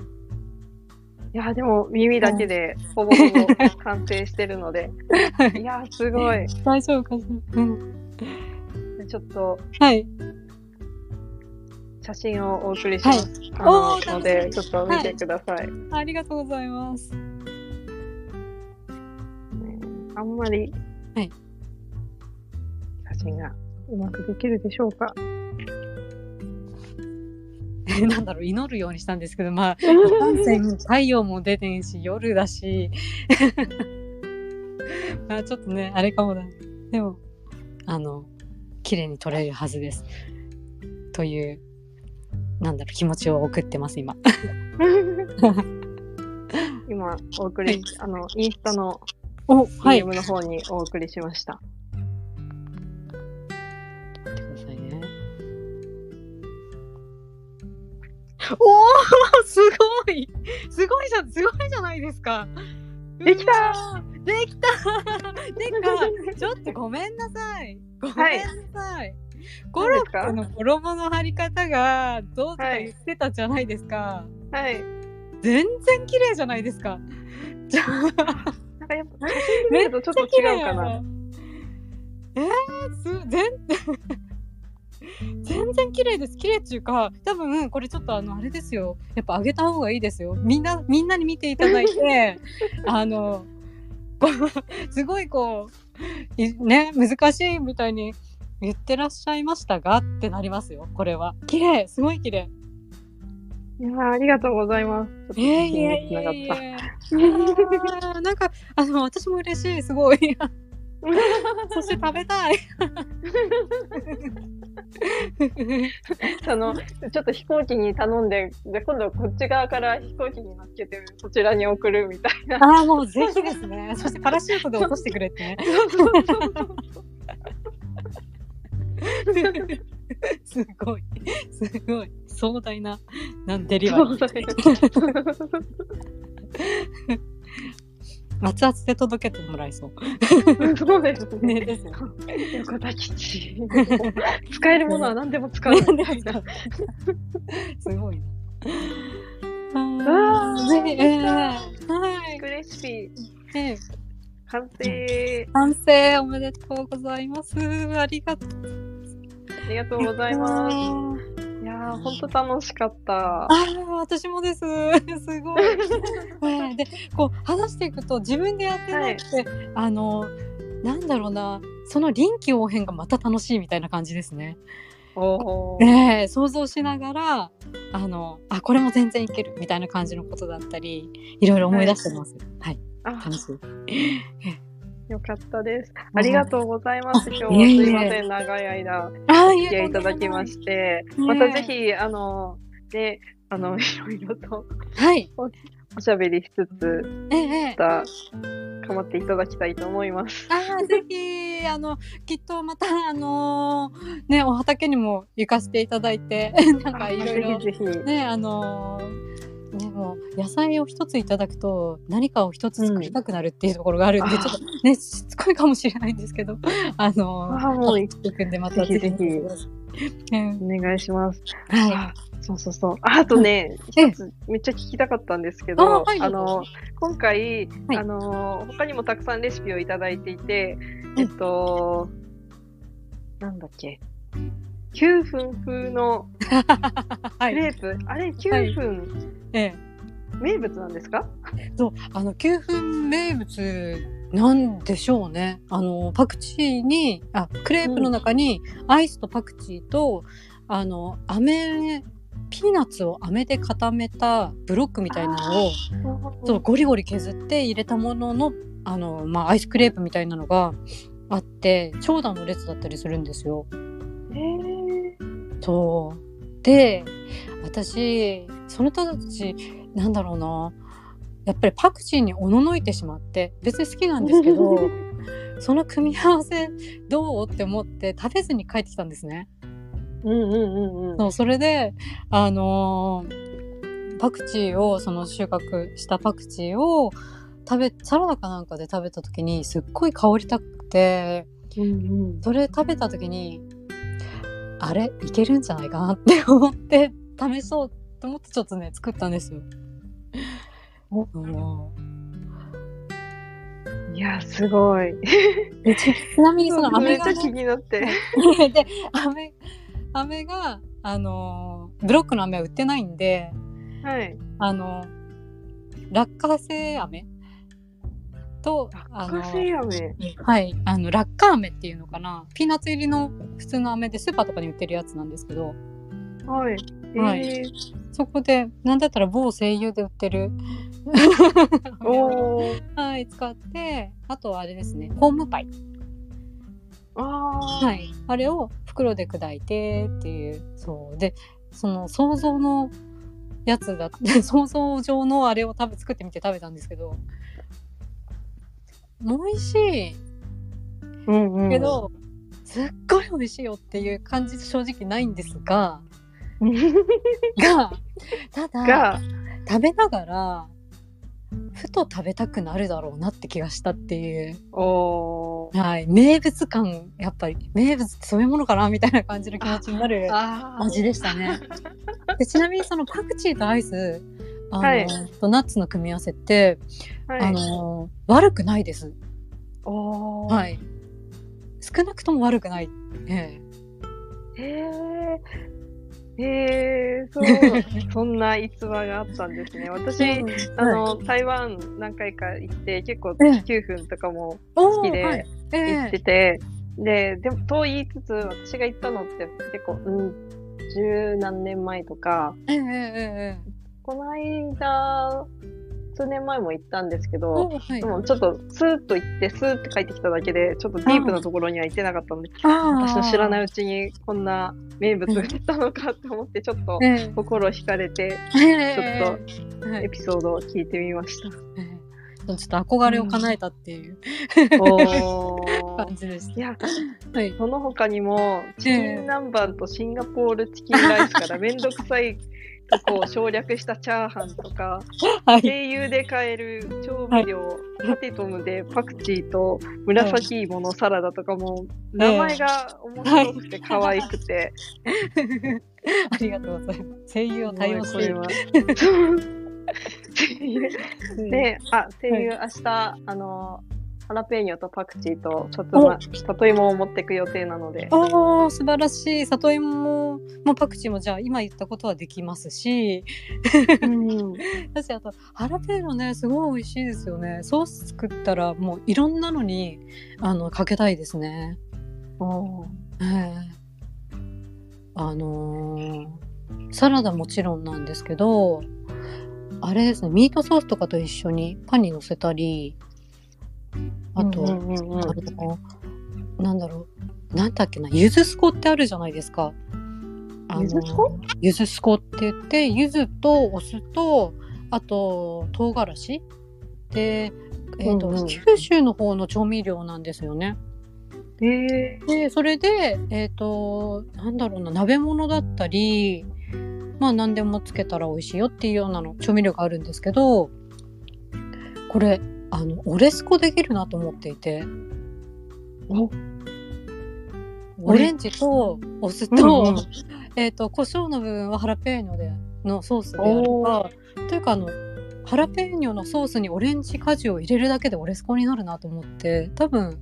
Speaker 2: や、でも耳だけでほぼほぼ完成してるので、 いや、すごい。
Speaker 1: 大丈夫かしら、うん、
Speaker 2: ちょっと
Speaker 1: はい
Speaker 2: 写真をお送りします。
Speaker 1: はいお
Speaker 2: あの
Speaker 1: ー
Speaker 2: ので、
Speaker 1: 楽しみ
Speaker 2: ちょっと見てください。
Speaker 1: ありがとうございます。
Speaker 2: あんまり、
Speaker 1: はい
Speaker 2: 写真がうまくできるでしょ うか。
Speaker 1: なんだろう祈るようにしたんですけどまあ感染太陽も出てんし夜だし まあちょっとねあれかもだでもあの綺麗に撮れるはずですというなんだろう気持ちを送ってます今
Speaker 2: 今お送り、あのインスタの
Speaker 1: おはい
Speaker 2: DM の方にお送りしました。
Speaker 1: 待ってくださいねおお すごいすごいじゃすごいじゃないですか
Speaker 2: できた
Speaker 1: ーできたーてかちょっとごめんなさいごめんなさい、コロッケの衣の貼り方がどうとか言ってたじゃないですか、
Speaker 2: はい。
Speaker 1: 全然綺麗じゃないですかちょ
Speaker 2: なんかやっぱ写真で見るとちょっと違うかな。
Speaker 1: えー、す全 然全然綺麗です綺麗っていうか多分これちょっとあのあれですよやっぱ上げた方がいいですよみんなみんなに見ていただい てあのこうすごいこういね難しいみたいに言ってらっしゃいましたがってなりますよこれは綺麗すごい綺麗
Speaker 2: いやあありがとうございます。
Speaker 1: え
Speaker 2: ちょっと
Speaker 1: え
Speaker 2: 写
Speaker 1: いや
Speaker 2: 真に
Speaker 1: い
Speaker 2: つな
Speaker 1: や
Speaker 2: がっ
Speaker 1: いやあーなんかあの私も嬉しいすごいそして食べたい
Speaker 2: た。あのちょっと飛行機に頼んで、で今度はこっち側から飛行機に乗っけてそちらに送るみたいな。
Speaker 1: ああもうぜひです ねそしてパラシュートで落としてくれってねすごいすごい壮大ななんデリバリー
Speaker 2: そうだね
Speaker 1: 熱々で届けてもらえ そう
Speaker 2: そうですね。
Speaker 1: ねですね
Speaker 2: 横田基地。使えるものは何でも使うみたいな。
Speaker 1: すごいな
Speaker 2: わ
Speaker 1: あ
Speaker 2: ー
Speaker 1: ーぜひえーはい
Speaker 2: レシピ
Speaker 1: ね
Speaker 2: 完成
Speaker 1: 完成おめでとうございますありがとう
Speaker 2: ありがとうご
Speaker 1: ご
Speaker 2: ざいます。いやー、ほんと楽しかった。
Speaker 1: ああ、私もです。 すごい。はいで、こう話していくと、自分でやってなくて、あの、なんだろうな。その臨機応変がまた楽しいみたいな感じですね。
Speaker 2: おー
Speaker 1: ねえ想像しながら、あの、あ、これも全然いけるみたいな感じのことだったり、いろいろ思い出してます。はい、
Speaker 2: あ
Speaker 1: 楽 しい。
Speaker 2: よかったです。ありがとうございます。今
Speaker 1: いえ
Speaker 2: 日
Speaker 1: いえ
Speaker 2: すいません、長い間、
Speaker 1: ああ、
Speaker 2: お付き合いいただきま
Speaker 1: た。
Speaker 2: して、
Speaker 1: え
Speaker 2: またぜひ、あの、で、あの、いろいろと
Speaker 1: はい、
Speaker 2: おしゃべりしつつ、
Speaker 1: ええええ
Speaker 2: ま。た、頑張っていただきたいと思います。
Speaker 1: あ あ、ぜひ、あの、きっとまた、あのーね、お畑にも行かせていただいて、なんかいろいろ
Speaker 2: あ。ぜひぜひ。
Speaker 1: ねあのーねもう野菜を一ついただくと何かを一つ作りたくなるっていうところがあるんで、
Speaker 2: うん
Speaker 1: ちょっとねしつこいかもしれないんですけどあの
Speaker 2: あーもう
Speaker 1: ー、作ってくんでまた
Speaker 2: ぜひぜひ
Speaker 1: ぜひうん
Speaker 2: お願いします。
Speaker 1: はい。
Speaker 2: あそうそうそう。ああとね、
Speaker 1: うん
Speaker 2: 一つめっちゃ聞きたかったんですけ
Speaker 1: あ
Speaker 2: ど、
Speaker 1: はい
Speaker 2: あの今回、
Speaker 1: はい
Speaker 2: あの他にもたくさんレシピをいただいていて、
Speaker 1: うん
Speaker 2: えっと、なんだっけ。9分風の
Speaker 1: は
Speaker 2: クレ
Speaker 1: い。
Speaker 2: ープ、あれ9分
Speaker 1: え
Speaker 2: 名物なんですか、
Speaker 1: え。そう、あの九分名物なんでしょうね。あのパクチーに、あ、クレープの中にアイスとパクチーと、あの飴ピーナッツを飴で固めたブロックみたいなのをそうゴリゴリ削って入れたもののあの、まあ、アイスクレープみたいなのがあって長蛇の列だったりするんですよ。
Speaker 2: えー
Speaker 1: そうで私その人たちなんだろうなやっぱりパクチーにおののいてしまって別に好きなんですけどその組み合わせどうって思って食べずに帰ってきたんですね。
Speaker 2: うんうんうんうん。
Speaker 1: そうそれであのーパクチーをその収穫したパクチーを食べサラダかなんかで食べた時にすっごい香りたくて
Speaker 2: うん
Speaker 1: それ食べた時にあれいけるんじゃないかなって 思って試そうと思ってちょっとね作ったんですよ。
Speaker 2: お
Speaker 1: うん
Speaker 2: うん、いや、すごい。
Speaker 1: でちちなみにその 飴
Speaker 2: めっ
Speaker 1: がね、
Speaker 2: ちゃ気になって。
Speaker 1: で飴飴があのーブロックの飴は売ってないんで
Speaker 2: はい。
Speaker 1: あの落花生飴とあ
Speaker 2: 落
Speaker 1: の
Speaker 2: 花生飴。
Speaker 1: はいあの落花飴っていうのかなピーナッツ入りの普通の飴でスーパーとかに売ってるやつなんですけど
Speaker 2: はい。えー
Speaker 1: はいそこでなんだったら某声優で売ってる
Speaker 2: おー。
Speaker 1: はい使ってあとはあれですねホームパイ、
Speaker 2: あー。
Speaker 1: はい、あれを袋で砕いてっていうそうでその想像のやつだって 想像上のあれを食べ作ってみて食べたんですけど美味しい
Speaker 2: うんうん
Speaker 1: け、ど、すっごい美味しいよっていう感じ正直ないんですががただ
Speaker 2: が、
Speaker 1: 食べながらふと食べたくなるだろうなって気がしたっていう、
Speaker 2: おー。
Speaker 1: はい、名物感やっぱり名物ってそういうものかなみたいな感じの気持ちになる
Speaker 2: あー
Speaker 1: 味でしたね。でちなみにそのパクチーとアイスあの、
Speaker 2: はい
Speaker 1: とナッツの組み合わせって、
Speaker 2: はい、
Speaker 1: あの悪くないです。
Speaker 2: おー。
Speaker 1: はい、少なくとも悪くない。ええ
Speaker 2: へえ。へえ、そう、そんな逸話があったんですね。私、あ
Speaker 1: はい
Speaker 2: の、台湾何回か行って、結構
Speaker 1: ええ
Speaker 2: 9分とかも
Speaker 1: 好
Speaker 2: 好きで
Speaker 1: ええ
Speaker 2: 行ってて、で、でも、と言いつつ、私が行ったのって結構、うん、十何年前とか、
Speaker 1: えええええ
Speaker 2: この間、数年前も行ったんですけ
Speaker 1: え
Speaker 2: ど、
Speaker 1: おはい
Speaker 2: でもちょっとスーッと行ってスーッて帰ってきただけでちょっとディープなところには行ってなかったので私の知らないううちにこんな名物が出たのかって思ってちょっと
Speaker 1: ええ
Speaker 2: 心惹かれて
Speaker 1: ち
Speaker 2: ょっ
Speaker 1: と、は
Speaker 2: エ
Speaker 1: い、
Speaker 2: ピソードを聞いてみました。
Speaker 1: ええそうちょっと憧れを叶えたっていう
Speaker 2: お
Speaker 1: 感
Speaker 2: ー
Speaker 1: じでした
Speaker 2: い。や
Speaker 1: はい、
Speaker 2: その他にもチキン南蛮とシンガポールチキンライスからめんどくさいとこを省略したチャーハンとか
Speaker 1: はい、
Speaker 2: 声優で買える調味料、パテトムでパクチーと紫芋のサラダとかも、
Speaker 1: ええ
Speaker 2: 名前が面白くて可愛くて、
Speaker 1: ありがとうございます。声優を対応し
Speaker 2: こ
Speaker 1: てい
Speaker 2: れ
Speaker 1: る。
Speaker 2: は。声優で、あ、声優、明日、あの、ハラペーニョとパクチーとさつま、里芋を持っていく予定なので、
Speaker 1: おお、素晴らしい。里芋も、もうパクチーも、じゃあ、今言ったことはできますし。
Speaker 2: うん
Speaker 1: だし、あと、ハラペーノね、すごい美味しいですよね。ソース作ったら、もういろんなのに、あの、かけたいですね。ええあのーサラダもちろんなんですけどあれですねミートソースとかと一緒にパンにのせたりあと、
Speaker 2: うんうんうんうん
Speaker 1: あのなんだろうなんだっけなゆずすこってあるじゃないですか。あの
Speaker 2: ゆずすこ
Speaker 1: ゆずすこって言ってゆずとお酢とあと唐辛子で、えーと
Speaker 2: うんうん
Speaker 1: 九州の方の調味料なんですよね。
Speaker 2: え
Speaker 1: でそれでえっ、となんだろうな鍋物だったりまあ何でもつけたら美味しいよっていうようなの調味料があるんですけどこれあのオレスコできるなと思っていて
Speaker 2: お
Speaker 1: オレンジとお酢と、
Speaker 2: うんうん
Speaker 1: えっ、と胡椒の部分はハラペーニョでのソースであればというかあのハラペーニョのソースにオレンジ果汁を入れるだけでオレスコになるなと思って多分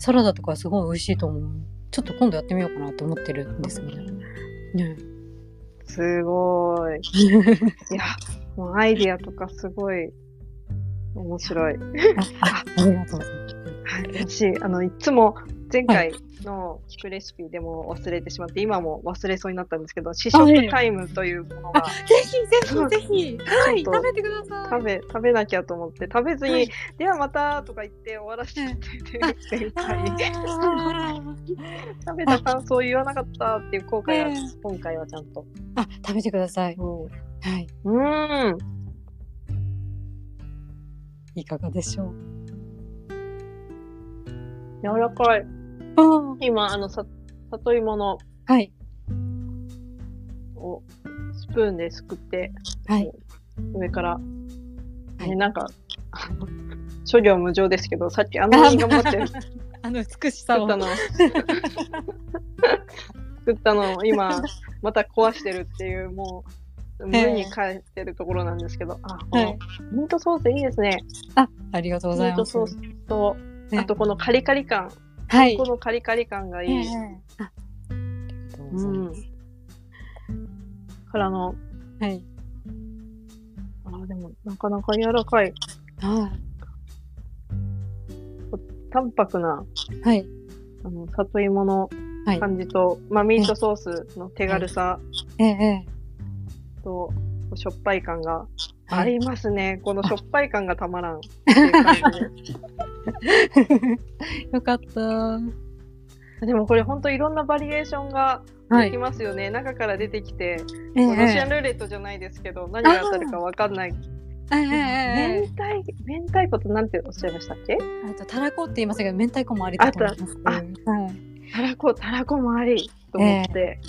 Speaker 1: サラダとかすごい美味しいと思うちょっと今度やってみようかなと思ってるんですけどね。
Speaker 2: すごい。いや、もうアイディアとかすごい面白い。
Speaker 1: あありがとうございます。
Speaker 2: 私、あの、いつも前回の聞くレシピでも忘れてしまって、今も忘れそうになったんですけど、試
Speaker 1: あいえい
Speaker 2: 食
Speaker 1: え
Speaker 2: タイムというもの
Speaker 1: あ
Speaker 2: が
Speaker 1: ぜひぜひぜひはい
Speaker 2: ちょっと
Speaker 1: 食べてくださ
Speaker 2: 食
Speaker 1: い。
Speaker 2: べ、食べなきゃと思って、食べず
Speaker 1: は
Speaker 2: に
Speaker 1: い、
Speaker 2: ではまたとか言って終わらせてて、前
Speaker 1: あ
Speaker 2: 回。
Speaker 1: ー
Speaker 2: 食べた感想を言わなかったっていう後悔
Speaker 1: ええ
Speaker 2: は、今回はちゃんと。
Speaker 1: あ食べてください。はい
Speaker 2: うん。
Speaker 1: いかがでしょう。
Speaker 2: 柔らかい。
Speaker 1: あー
Speaker 2: 今、あの、さ、里芋の
Speaker 1: はい
Speaker 2: をスプーンですくって、
Speaker 1: はい
Speaker 2: 上から、ね
Speaker 1: はい
Speaker 2: なんか、あの諸行無常ですけど、さっきあんなに頑張って作っ
Speaker 1: あの美しさを
Speaker 2: たの、作ったのを今、また壊してるっていう、もう、無に返ってるところなんですけど、あ、こ
Speaker 1: は
Speaker 2: の
Speaker 1: い
Speaker 2: ミートソースいいですね。
Speaker 1: あ、ありがとう
Speaker 2: ミ
Speaker 1: ござい
Speaker 2: ー
Speaker 1: ま
Speaker 2: ト
Speaker 1: す
Speaker 2: ソ。ースと、
Speaker 1: ね
Speaker 2: あとこのカリカリ感、
Speaker 1: はい。
Speaker 2: このカリカリ感がい
Speaker 1: ええ
Speaker 2: い。
Speaker 1: あありがとうござ
Speaker 2: う
Speaker 1: いま
Speaker 2: ん
Speaker 1: す。。
Speaker 2: からの、
Speaker 1: はい。
Speaker 2: あ、でも、なかなか柔らかい、
Speaker 1: あ
Speaker 2: 淡白な、
Speaker 1: ーはい。
Speaker 2: あの、里芋の
Speaker 1: はい。
Speaker 2: 感じと、まあ、ミートソースの手軽さ
Speaker 1: ええええ
Speaker 2: と、しょっぱい感があ
Speaker 1: はい。
Speaker 2: りますね。このしょっぱい感がたまらんっていう感じで。
Speaker 1: よかった。
Speaker 2: でもこれ本当いろんなバリエーションが
Speaker 1: は
Speaker 2: でき
Speaker 1: い。
Speaker 2: ますよね。中から出てきて、
Speaker 1: ええ
Speaker 2: こうロシアンルーレットじゃないですけど、何が当たるかわかんない。
Speaker 1: ええええ
Speaker 2: 明
Speaker 1: ええ
Speaker 2: 太、明太子となんておっしゃいましたっけ
Speaker 1: あとたらこって言いましたけど、明太子もありだと思います。
Speaker 2: あ
Speaker 1: はい。
Speaker 2: たらこ、たらこもありと思って。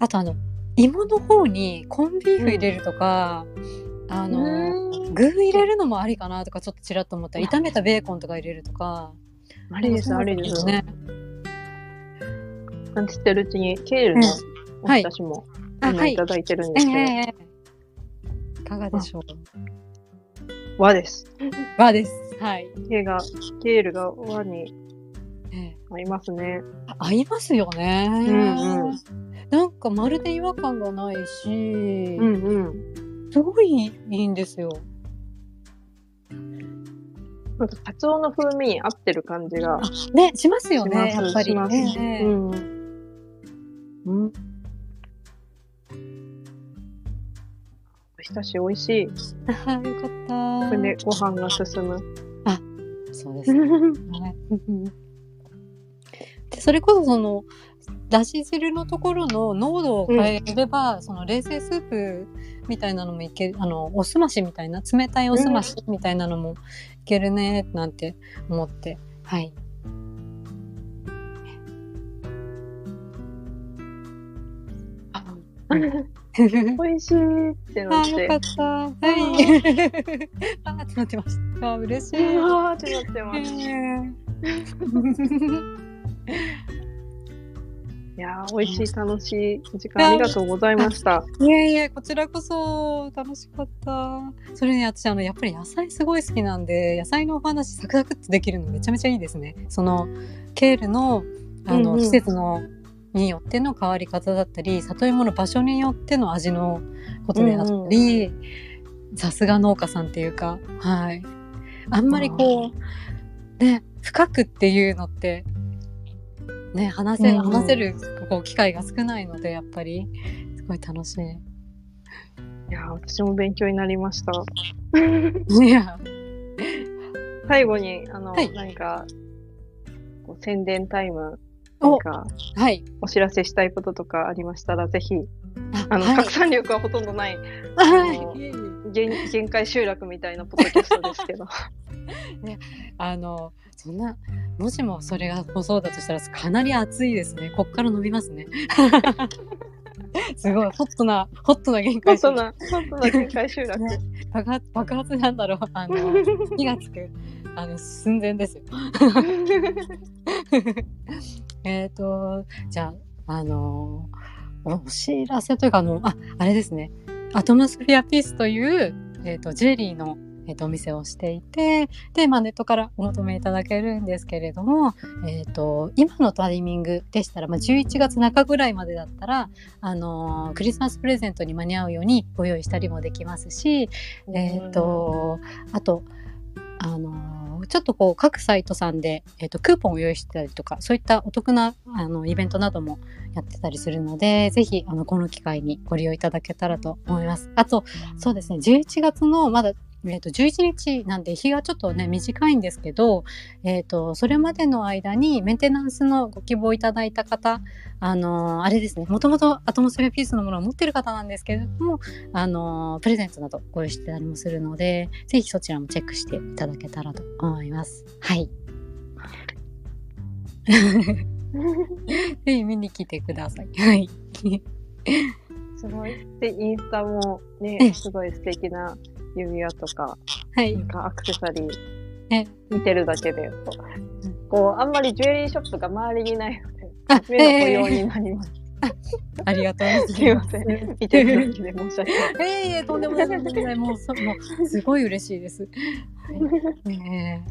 Speaker 1: あとあの芋の方にコンビーフ入れるとか、あの
Speaker 2: うーん
Speaker 1: 具入れるのもありかなとかちょっとちらっと思ったら炒めたベーコンとか入れるとか
Speaker 2: ありです、ありです。
Speaker 1: ね。
Speaker 2: なんて言ってるうちに、ケールのお
Speaker 1: はい
Speaker 2: ひたしも
Speaker 1: あは
Speaker 2: 今
Speaker 1: い
Speaker 2: いただいてるん
Speaker 1: ええ
Speaker 2: ですけど、
Speaker 1: ええいかがでしょう
Speaker 2: 和です。
Speaker 1: 和です。はい。
Speaker 2: ケーが、ケールが輪に合いますね。
Speaker 1: 合いますよね、
Speaker 2: んうん
Speaker 1: なんかまるで違和感がないし、
Speaker 2: うんうん。
Speaker 1: すごいいいんですよ。
Speaker 2: なんか、カツオの風味に合ってる感じが
Speaker 1: ね、しますよ
Speaker 2: し
Speaker 1: ね、
Speaker 2: ます、
Speaker 1: やっぱり。
Speaker 2: します。
Speaker 1: ね
Speaker 2: うん。うん。おひたし美味しい。
Speaker 1: あーよかった。
Speaker 2: これでご飯が進 む。
Speaker 1: そうですね。でそれこそそのだし汁のところの濃度を変えれば、その冷製スープみたいなのもいけるあのおすましみたいな冷たいおすましみたいなのもいけるねなんて思ってはい
Speaker 2: 美味しいって
Speaker 1: あ
Speaker 2: なっ
Speaker 1: ーよか
Speaker 2: て
Speaker 1: っ。た。 はい。あー、ってなってました。あー、嬉しい。
Speaker 2: うわーってなってます。いやー、美味しい、楽しい時間ありがとうございました。
Speaker 1: いやいや、こちらこそ楽しかった。それに私、あの、やっぱり野菜すごい好きなんで、野菜のお話サクサクってできるのめちゃめちゃいいですね。その、ケールの、あの、
Speaker 2: うんうん
Speaker 1: 季節の、によっての変わり方だったり、里芋の場所によっての味のことであったり、さすが農家さんっていうか、はい。あんまりこう、ね、深くっていうのって、ね、話せ、
Speaker 2: うんうん
Speaker 1: 話せるこう機会が少ないので、やっぱり、すごい楽し い。
Speaker 2: いやー、私も勉強になりました。
Speaker 1: いや、
Speaker 2: 最後に、あの、
Speaker 1: はい
Speaker 2: 何か、こう宣伝タイム、なん
Speaker 1: お
Speaker 2: か、
Speaker 1: はい。
Speaker 2: お知らせしたいこととかありましたら、ぜひ、あ
Speaker 1: あ
Speaker 2: の、
Speaker 1: はい
Speaker 2: 拡散力はほとんどない、
Speaker 1: はい
Speaker 2: 限限界集落みたいなポッドキャストですけど。
Speaker 1: あの、そんな、もしもそれがそうだとしたら、かなり暑いですね。こっから伸びますね。 すごい、ホットな、ホットな限
Speaker 2: ほん
Speaker 1: 界
Speaker 2: とな、ほんとな限界集落。
Speaker 1: ね爆発、爆発なんだろう。あの、 火がつく、あの、寸前ですよ。えっ、とじゃああのおお知らせというかあのああれですねアトムスフィアピースという、えー、とジュエリーの、えー、とお店をしていてで、まあ、ネットからお求めいただけるんですけれども、えー、と今のタイミングでしたら、まあ、11月中ぐらいまでだったら、あのクリスマスプレゼントに間に合うようにご用意したりもできますし、 えー、とあとあのーちょっとこう各サイトさんで、えー、とクーポンを用意してたりとかそういったお得なあのイベントなどもやってたりするのでぜひあのこの機会にご利用いただけたらと思います。あとそうですね11月のまだえー、と11日なんで日がちょっとね短いんですけど、えー、とそれまでの間にメンテナンスのご希望いただいた方あのーあれですねもともとアトモスフェアピースのものを持ってる方なんですけれどもあのプレゼントなどご用意してたりもするのでぜひそちらもチェックしていただけたらと思いますはい ぜひ見に来てくださいはい
Speaker 2: すごい。で、インスタも
Speaker 1: え
Speaker 2: ね
Speaker 1: え、
Speaker 2: すごい素敵な指輪とか、
Speaker 1: はい
Speaker 2: なんかアクセサリ
Speaker 1: え
Speaker 2: ー見てるだけで、こうこう、あんまりジュエリーショップが周りにないので、
Speaker 1: あ
Speaker 2: 目の保養になります。
Speaker 1: ありがとうご
Speaker 2: す
Speaker 1: ざ
Speaker 2: い
Speaker 1: い
Speaker 2: ま
Speaker 1: ま
Speaker 2: せ
Speaker 1: す
Speaker 2: ん。見てるだけで申し訳ない。
Speaker 1: えいえとんでもないとんでもないもうそもうすごい嬉しいですはいね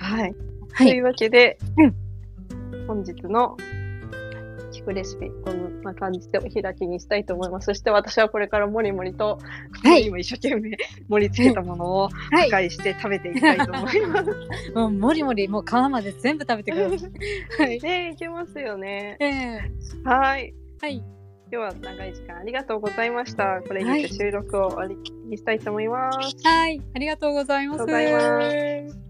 Speaker 1: え
Speaker 2: はい。
Speaker 1: は
Speaker 2: とい
Speaker 1: いう
Speaker 2: わけで、
Speaker 1: うん
Speaker 2: 本日の聞くレシピ、こんな感じでお開きにしたいと思います。そして私はこれからもりもりと、
Speaker 1: はい
Speaker 2: 今一生懸命 盛り付けたものを
Speaker 1: は
Speaker 2: 破壊して食べていきたいと思います。
Speaker 1: いもうもりもりもう皮まで全部食べてくださいはい
Speaker 2: ねいけますよね。
Speaker 1: ええ
Speaker 2: はい。
Speaker 1: はい
Speaker 2: 今日は長い時間ありがとうございました。これにて収録を終わりにしたいと思います。
Speaker 1: はいありがとうございます
Speaker 2: ありがとうございます